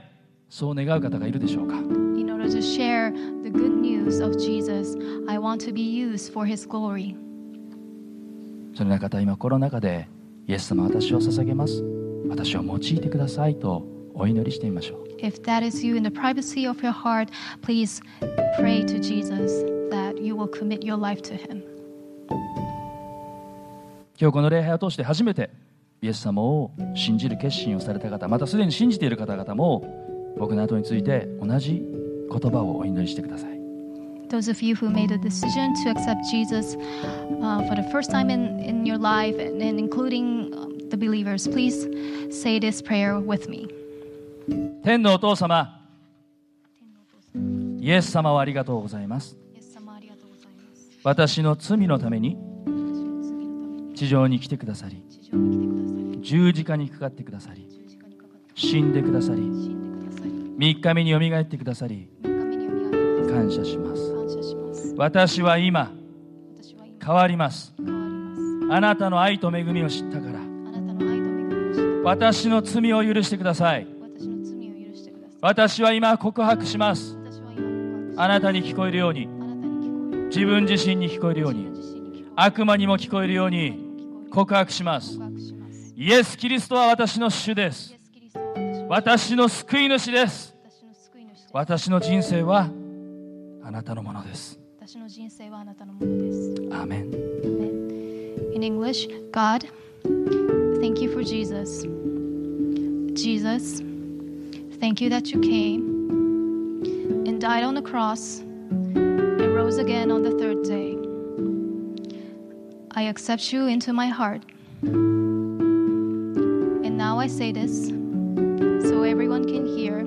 A: そう願う方がいるでしょうか
B: In order to share the good news of Jesus, I want to be used for His glory.
A: そのような方は今心の中でイエス様私を捧げます私を用いてくださいとお祈りしてみましょう
B: If that is you, in the privacy of your heart, please pray to Jesus that you will commit your life to Him.
A: 今日この礼拝を通して初めてイエス様を信じる決心をされた方またすでに信じている方々も僕の後について同じ言葉をお祈りしてください
B: Those of you who made a decision to accept Jesus uh, for the first time in, in your life, and, and including um, the believers, please say this prayer with me.
A: 天のお父様イエス様をありがとうございます私の罪のために地上に来てくださり十字架にかかってくださり死んでくださり3日目によみがえってくださり感謝します私は今変わりますあなたの愛と恵みを知ったから私の罪を許してください私は今告白しますあなたに聞こえるように自分自身に聞こえるように悪魔にも聞こえるように告白しますイエス・キリストは私の主です私の救い主です私の人生はあなたのものです
B: 私の人生はあなたのものです。
A: アーメン
B: In English, God, thank you for Jesus. Jesus, thank you that you came and died on the cross and rose again on the third day. I accept you into my heart. And now I say this so everyone can hear.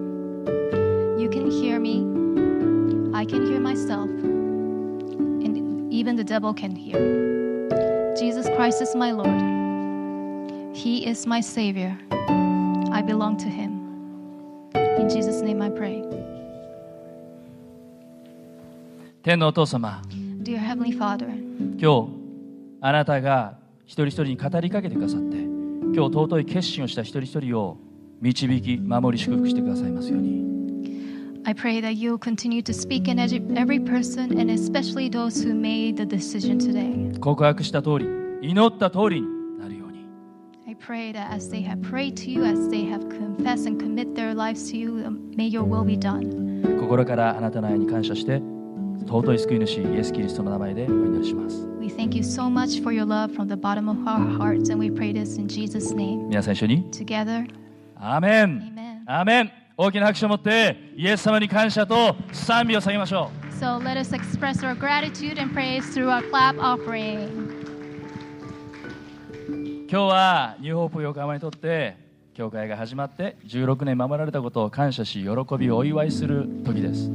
B: You can hear me. I can hear myself. And even the devil can hear. Jesus Christ is my Lord. He is my Savior. I belong to Him. In Jesus' name I pray.
A: 天のお父様
B: Dear Heavenly Father,
A: 今日あなたが一人一人に語りかけてくださって今日尊い決心をした一人一人を導き守り祝福してくださいますように
B: I pray that you'll continue to speak in edu- every person and especially those who made the decision today.
A: 告白した通り祈った通りになるように
B: I pray that as they have prayed to you, as they have confessed and commit their lives to you, um, may your will be done.
A: 心からあなたの愛に感謝して尊い救い主イエス・キリストの名前でお祈りします
B: We thank you so much for your love from the bottom of our hearts, and we pray this in Jesus' name.
A: 皆さん一緒に
B: Together,
A: アーメン
B: amen.
A: アーメン大きな拍手を持ってイエス様に感謝と賛美を下げましょう
B: So let us express our gratitude and praise through our clap offering.
A: 今日はニューホープ横浜にとって教会が始まって16年守られたことを感謝し喜びをお祝いする時です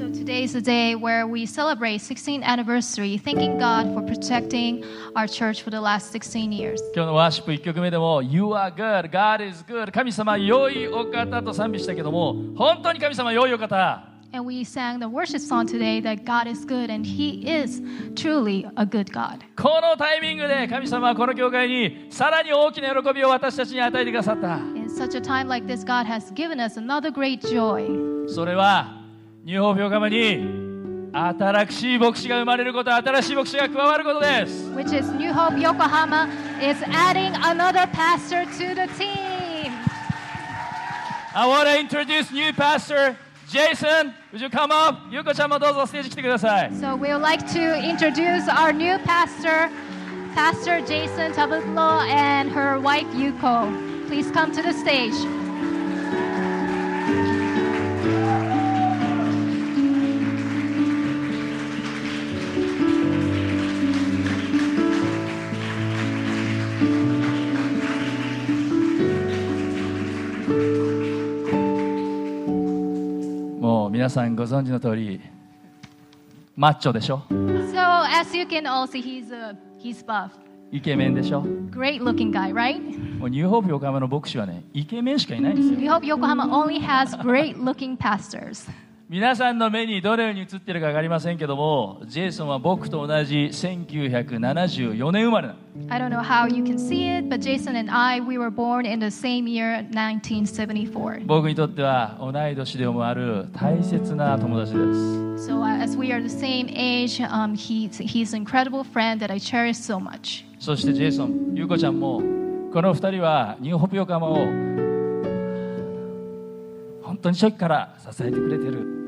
B: So today is the day where we celebrate 16th anniversary, thanking God for protecting our church for the last 16 years.
A: 今日のワーシップ1曲目でも「You are good, God is good 神様良いお方」と賛美したけども本当に神様良いお方
B: And we sang the worship song today that God is good and He is truly a good God.
A: このタイミングで神様はこの教会にさらに大きな喜びを私たちに与えてくださった
B: In such a time like this, God has given us another great joy.
A: それは日本教会に新しい牧師が生まれること新しい牧師が加わることです
B: which is New Hope Yokohama, is adding another pastor to the team.
A: I want to introduce new pastor Jason Would you come up? ゆうこちゃんもどうぞステージ来てください
B: So we would like to introduce our new pastor, Pastor Jason Tabutlo, and her wife Yuko. Please come to the stage.
A: もう皆さんご存知の通りマッチョでしょ
B: So as you can all see, he's a he's buff,
A: イケメンでしょ
B: great-looking guy, right?
A: もうニューホープ横浜の牧師はねイケメンしかいないんですよ
B: New Hope Yokohama only has great-looking pastors.
A: 皆さんの目にどのように映ってるか分かりませんけどもジェイソンは僕と同じ1974年生まれなの
B: I don't know how you can see it, but Jason and I we were born in the same year, 1974.
A: 僕にとっては同い年でもある大切な友達です
B: So uh, as we are the same age, um, he's he's an incredible friend that I cherish so much.
A: そしてジェイソン優子ちゃんもこの2人はニューホープ横浜を本当に初期から支えてくれてる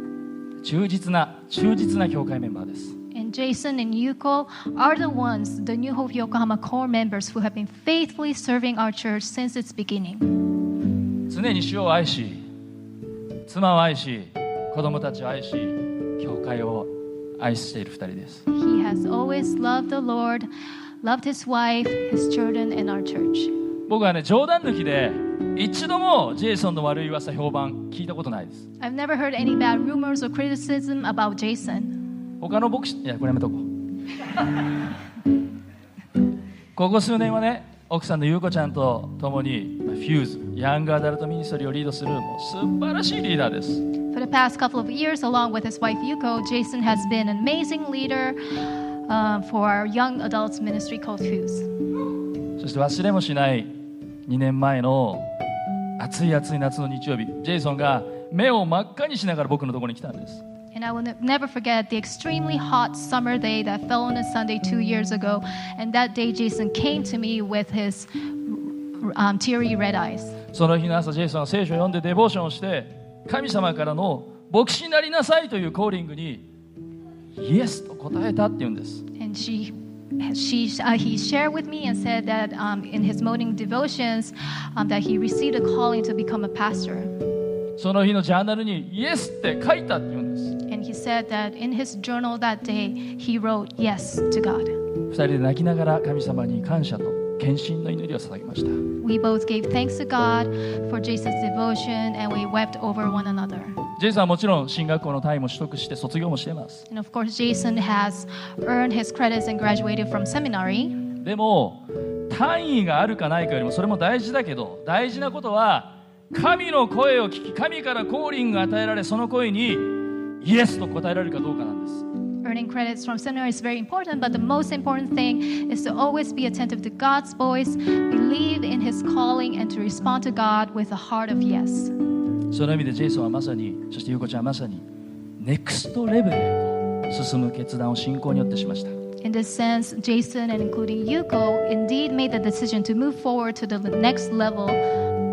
A: 忠実な忠実な教会メンバーです
B: And Jason and Yuko are the ones, the New Hope Yokohama core members, who have been faithfully serving our church since its beginning.
A: 常に主を愛し妻を愛し子供たちを愛し教会を愛している2人です
B: He has always loved the Lord, loved his wife, his children, and our church.
A: 僕はね冗談抜きで一度もジェイソンの悪い噂評判聞いたことないです
B: I've never heard any bad rumors or criticism about Jason.
A: 他の牧師いやこれやめとこうここ数年はね奥さんの優子ちゃんと共にまあフューズヤングアダルトミニストリーをリードするもう素晴らしいリーダーです
B: For the past couple of years, along with his wife Yuko, Jason has been an amazing leader uh, for our young adults ministry called Fuse.
A: そして忘れもしない2年前の暑い暑い夏の日曜日ジェイソンが目を真っ赤にしながら僕のところに来たんです
B: And I will ne- never forget the extremely hot summer day that fell on a Sunday two years ago. And that day, Jason came to me with his um, teary red eyes.
A: その日の朝ジェイソンは聖書を読んでデボーションをして神様からの牧師になりなさいというコーリングにイエスと答えたっていうんです
B: And she, she, uh, he shared with me and said that um, in his morning devotions, um, that he received a calling to become a pastor.
A: その日のジャーナルにイエスって書いたっていうんです
B: And he said that in his journal that day, he wrote yes to God.
A: 二人で泣きながら神様に感謝と献身の祈りを捧げました
B: We both gave thanks to God for Jason's devotion, and we wept over one another.
A: ジェイソンはもちろん進学校の単位も取得して卒業もしています
B: And of course, Jason has earned his credits and graduated from seminary.
A: でも単位があるかないかよりもそれも大事だけど大事なことは神の声を聞き神からコーリングが与えられその声にイエスと答えられるかどうかなんです
B: Earning credits from seminary is very important, but the most important thing is to always be attentive to God's voice, believe in his calling, and to respond to God with a heart of yes.
A: その意味でジェイソンはまさにそして優子ちゃんはまさにネクストレベルへと進む決断を信仰によってしました
B: In this sense, Jason and including Yuko indeed made the decision to move forward to the next level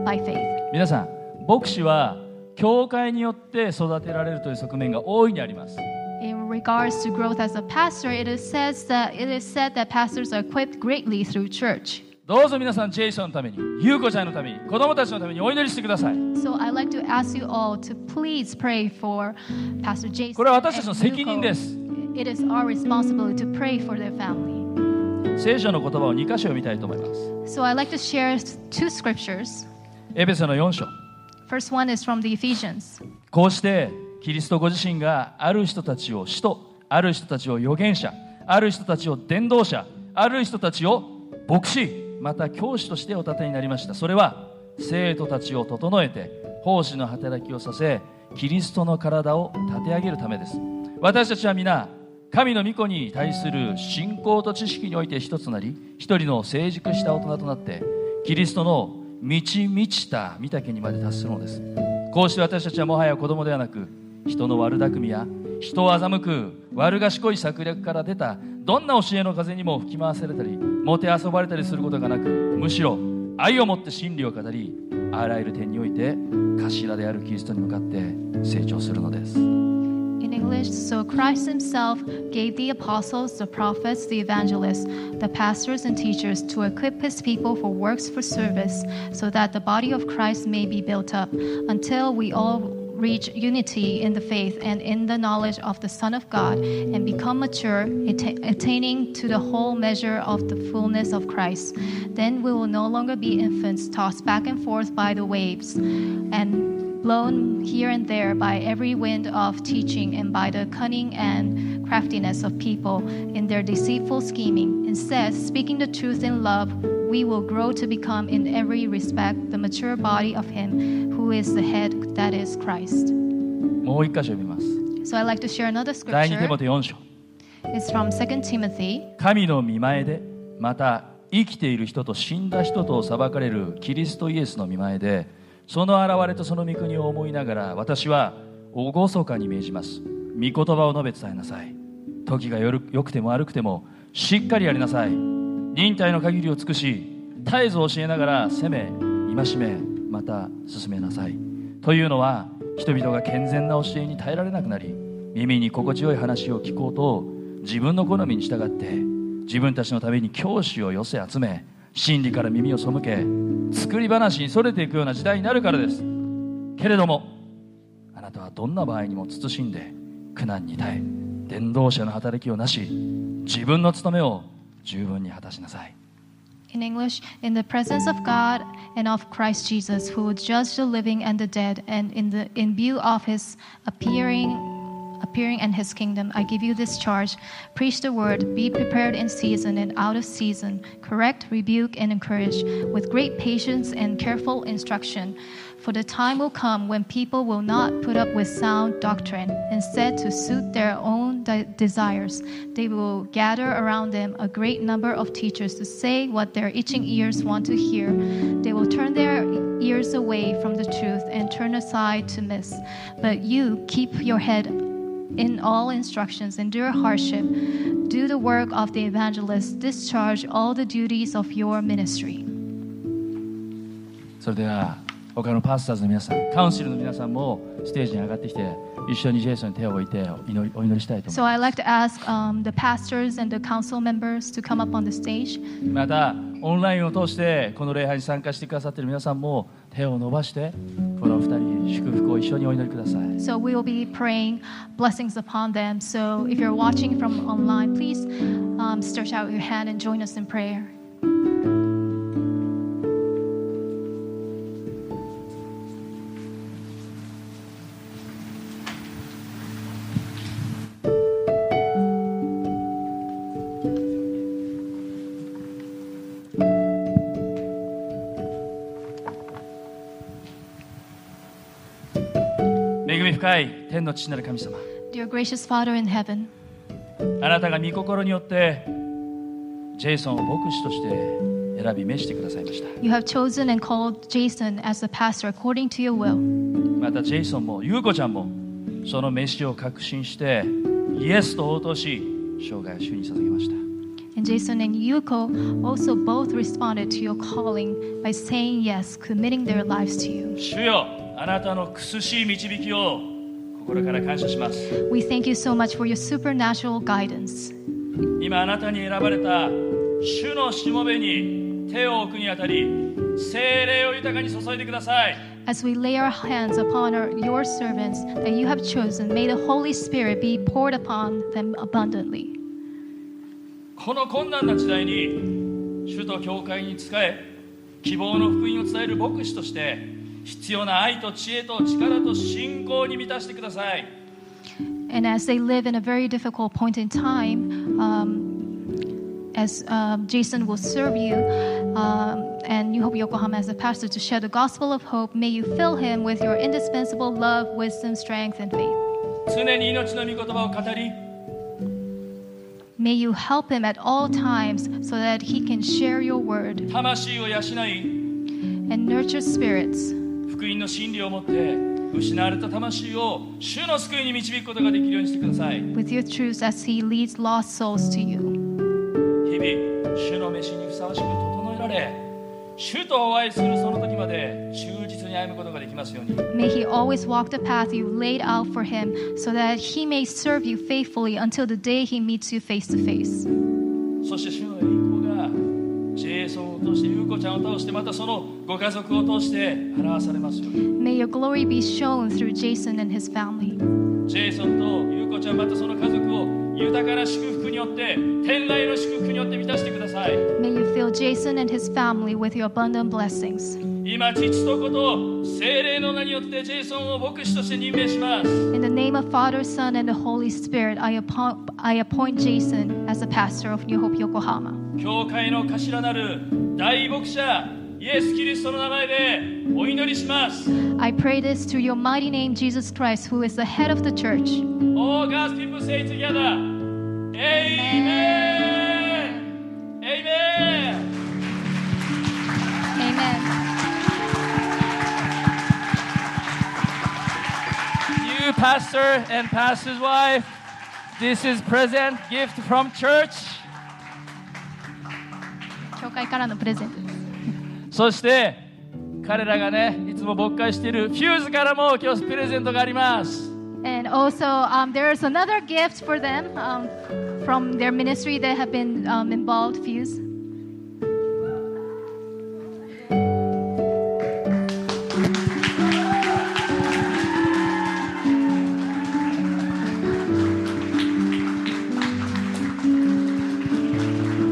B: by faith.
A: 皆さん牧師は教会によって育てられるという側面が大いにあります
B: In regards to growth as a pastor, it is says that it is said that pastors are equipped greatly through church.
A: どうぞ皆さんジェイソンのために優子ちゃんのために子供たちのためにお祈りしてください
B: So I'd like to ask you all to please pray for Pastor Jason.
A: これは私たちの
B: and
A: 責任です
B: Yuko. It is our responsibility to pray for their family.
A: 聖書の言葉を2箇所読みたいと思います
B: So I'd like to share two scriptures.
A: エペソの4章
B: First one is from the Ephesians.
A: こうしてキリストご自身がある人たちを使徒ある人たちを預言者ある人たちを伝道者ある人たちを牧師また教師としてお立てになりましたそれは生徒たちを整えて奉仕の働きをさせキリストの体を立て上げるためです私たちは皆神の御子に対する信仰と知識において一つとなり一人の成熟した大人となってキリストの満ち満ちた御岳にまで達するのですこうして私たちはもはや子供ではなく人の悪巧みや人を欺く悪賢い策略から出たどんな教えの風にも吹き回されたりもてあそばれたりすることがなくむしろ愛をもって真理を語りあらゆる点において頭であるキリストに向かって成長するのです
B: In English, so Christ himself gave the apostles, the prophets, the evangelists, the pastors, and teachers to equip his people for works for service, so that the body of Christ may be built up until we all reach unity in the faith and in the knowledge of the Son of God and become mature, atta- attaining to the whole measure of the fullness of Christ. Then we will no longer be infants tossed back and forth by the waves and blown here and there by every wind of teaching and by the cunning and craftiness of people in their deceitful scheming. Instead, speaking the truth in love, we will grow to become in every respect the mature body of Him who is the head, that is Christ.
A: もう一箇所読みます
B: So I'd like to share another
A: 第2テ
B: scripture.
A: モテ4章
B: It's from 2 Timothy.
A: 神の見前でまた生きている人と死んだ人とを裁かれるキリストイエスの見前でその現れとその御国を思いながら私は厳かに命じます御言葉を述べ伝えなさい時がよる良くても悪くてもしっかりやりなさい忍耐の限りを尽くし絶えず教えながら責め戒めまた進めなさいというのは人々が健全な教えに耐えられなくなり耳に心地よい話を聞こうと自分の好みに従って自分たちのために教師を寄せ集め真理から耳を背け作り話にそれていくような時代になるからですけれどもあなたはどんな場合にも慎んで苦難に耐え伝道者の働きをなし自分の務めを十分に果たしなさい
B: in English, in the presence of God and of Christ Jesus, who will judge the living and the dead, and in the in view of his appearing appearing and his kingdom, I give you this charge. Preach the word, be prepared in season and out of season, correct, rebuke, and encourage with great patience and careful instruction. For the time will come when people will not put up with sound doctrine. Instead, to suit their own de- desires, they will gather around them a great number of teachers to say what their itching ears want to hear. They will turn their ears away from the truth and turn aside to myths. But you keep your head in all instructions, endure hardship, do the work of the evangelist, discharge all the duties of your ministry.
A: それでは他のパースターズの皆さんカウンシルの皆さんもステージに上がってきて一緒にジェイソンに手を置いてお祈りお祈りしたいと思います
B: So I'd like to ask um, the pastors and the council members to come up on the stage.
A: またオンラインを通してこの礼拝に参加してくださっている皆さんも手を伸ばしてこのお二人祝福を一緒にお祈りください
B: So we will be praying blessings upon them. So if you're watching from online, please um, stretch out your hand and join us in prayer.
A: 恵み深い天の父なる神様
B: Dear gracious Father in heaven,
A: あなたが御心によってジェイソンを牧師として選び召してくださいました
B: you have chosen and called Jason as the pastor according to your will.
A: またジェイソンも優子ちゃんもその召しを確信してイエスと応答し生涯を主に捧げました
B: And Jason and Yuko also both responded to your calling by saying yes, committing their lives to you.
A: 主よあなたの苦しい導きを心から感謝します
B: We thank you so much for your supernatural guidance.
A: 今あなたに選ばれた主のしもべに手を置くにあたり精霊を豊かに注いでください
B: As we lay our hands upon our, your servants that you have chosen, may the Holy Spirit be poured upon them abundantly.
A: この困難な時代に主と教会に仕え希望の福音を伝える牧師として必要な愛と知恵と力と信仰に満たしてください
B: And as they live in a very difficult point in time, um, as um, Jason will serve you, um, and New Hope Yokohama as a pastor to share the gospel of hope, may you fill him with your indispensable love, wisdom, strength, and faith.
A: 常に命の御言葉を語り
B: May you help him at all times so that he can share your word
A: 魂を養い
B: and nurture spirits
A: 福音の真理をもって失われた魂を主の救いに導くことができるようにしてください
B: with your truths as he leads lost souls to you.
A: 日々主の召しにふさわしく整えられ主とお会いするその時まで忠実に歩むことができますように
B: May he always walk the path you laid out for him so that he may serve you faithfully until the day he meets you face to face.
A: そして主の栄光がジェイソンを通してユウコちゃんを通してまたそのご家族を通して表されますように
B: May your glory be shown through Jason and his family.
A: ジェイソンとユウコちゃんまたその家族を豊かな祝福によって天来の祝福によって満たしてください
B: May you fill Jason and his family with your abundant blessings.
A: 今父と子と精霊の名によってジェイソンを牧師として任命します
B: In the name of Father, Son, and the Holy Spirit, I appoint, I appoint Jason as the pastor of New Hope Yokohama.
A: 教会の頭なる大牧者イエス・キリストの名前でお祈りします
B: I pray this through your mighty name, Jesus Christ, who is the head of the church.
A: All God's people say together Amen Amen
B: Amen.
A: New pastor and pastor's wife This is present gift from church
B: 教会からのプレゼントです。
A: そして彼らがねいつも勃開しているフューズからも今日プレゼントがあります
B: And also, um, there is another gift for them um, from their ministry that have been um, involved, Fuse.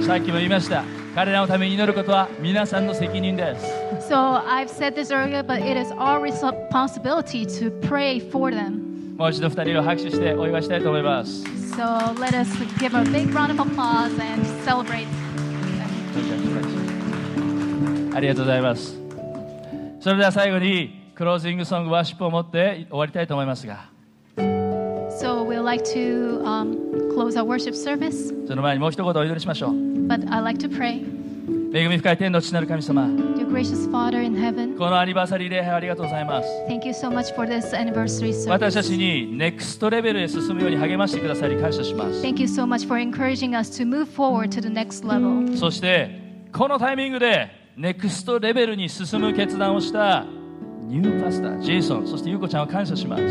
A: さっきも言いました彼らのために祈ることは皆さんの責任です
B: So I've said this earlier, but it is our responsibility to pray for them.
A: もう一度二人を拍手してお祝いしたいと思います
B: So let us give a big round of applause and celebrate.
A: ありがとうございますそれでは最後にクロージングソングワーシップを持って終わりたいと思いますが
B: So we'd like to um, close our worship service,
A: その前にもう一言お祈りしましょう
B: but I'd like to pray.
A: 恵み深い天の父なる神様
B: Dear gracious Father in heaven,
A: このアニバーサリー礼拝ありがとうございます
B: thank you so much for this anniversary
A: 私た
B: service.
A: ちにネクストレベルへ進むように励ましてくださり感謝します
B: Thank you so much for encouraging us to move forward to the next level.
A: そしてこのタイミングでネクストレベルに進む決断をしたニューパスタージェイソンそしてユウコちゃんを感謝します
B: We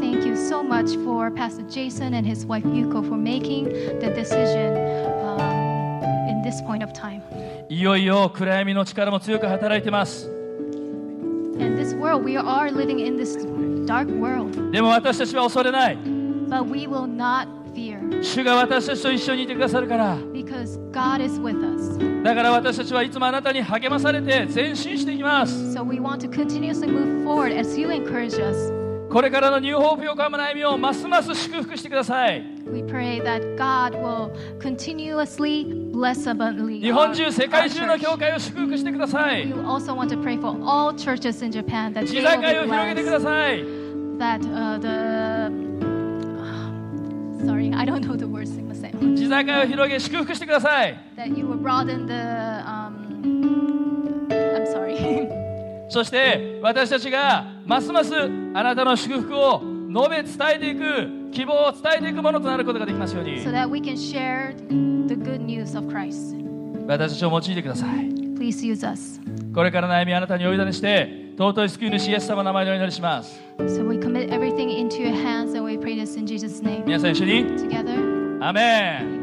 B: thank you so much for Pastor Jason and his wife Yuko for making the decision um, in this point of time.
A: いよいよ暗闇の力も強く働いてます
B: In this world, we are living in this dark world,
A: でも私たちは恐れない
B: but we will not fear
A: 主が私たちと一緒にいてくださるから。
B: because God is with us.
A: だから私たちはいつもあなたに励まされて前進していきます。
B: So we want to continuously move forward as you encourage us.
A: これからのニューホープ横浜の歩みをますます祝福してください。
B: We pray that God will continuously bless abundantly.
A: 日
B: our-
A: 本中、世界中の
B: our
A: 教
B: church.
A: 会を祝福してくださ
B: We
A: い。
B: also want to pray for all churches in Japan that
A: 地
B: they
A: 座
B: will
A: 会を
B: be
A: 広げてくだ
B: blessed.
A: さい。
B: That uh, the sorry, I don't know the words. すいません。
A: 地座会を広げ、祝福してください。
B: That you will broaden the. Um, I'm sorry.
A: そして私たちがますますあなたの祝福を述べ伝えていく、希望を伝えていくものとなることができますように
B: so、that we can share the good news of Christ.
A: 私たちを用いてください。
B: Please use us.
A: これからの悩みあなたにお委ねして尊い救い主イエス様の名前でお祈りします
B: So we commit everything into your hands and we pray this in Jesus' name.
A: 皆さん一緒に
B: Together,
A: アメン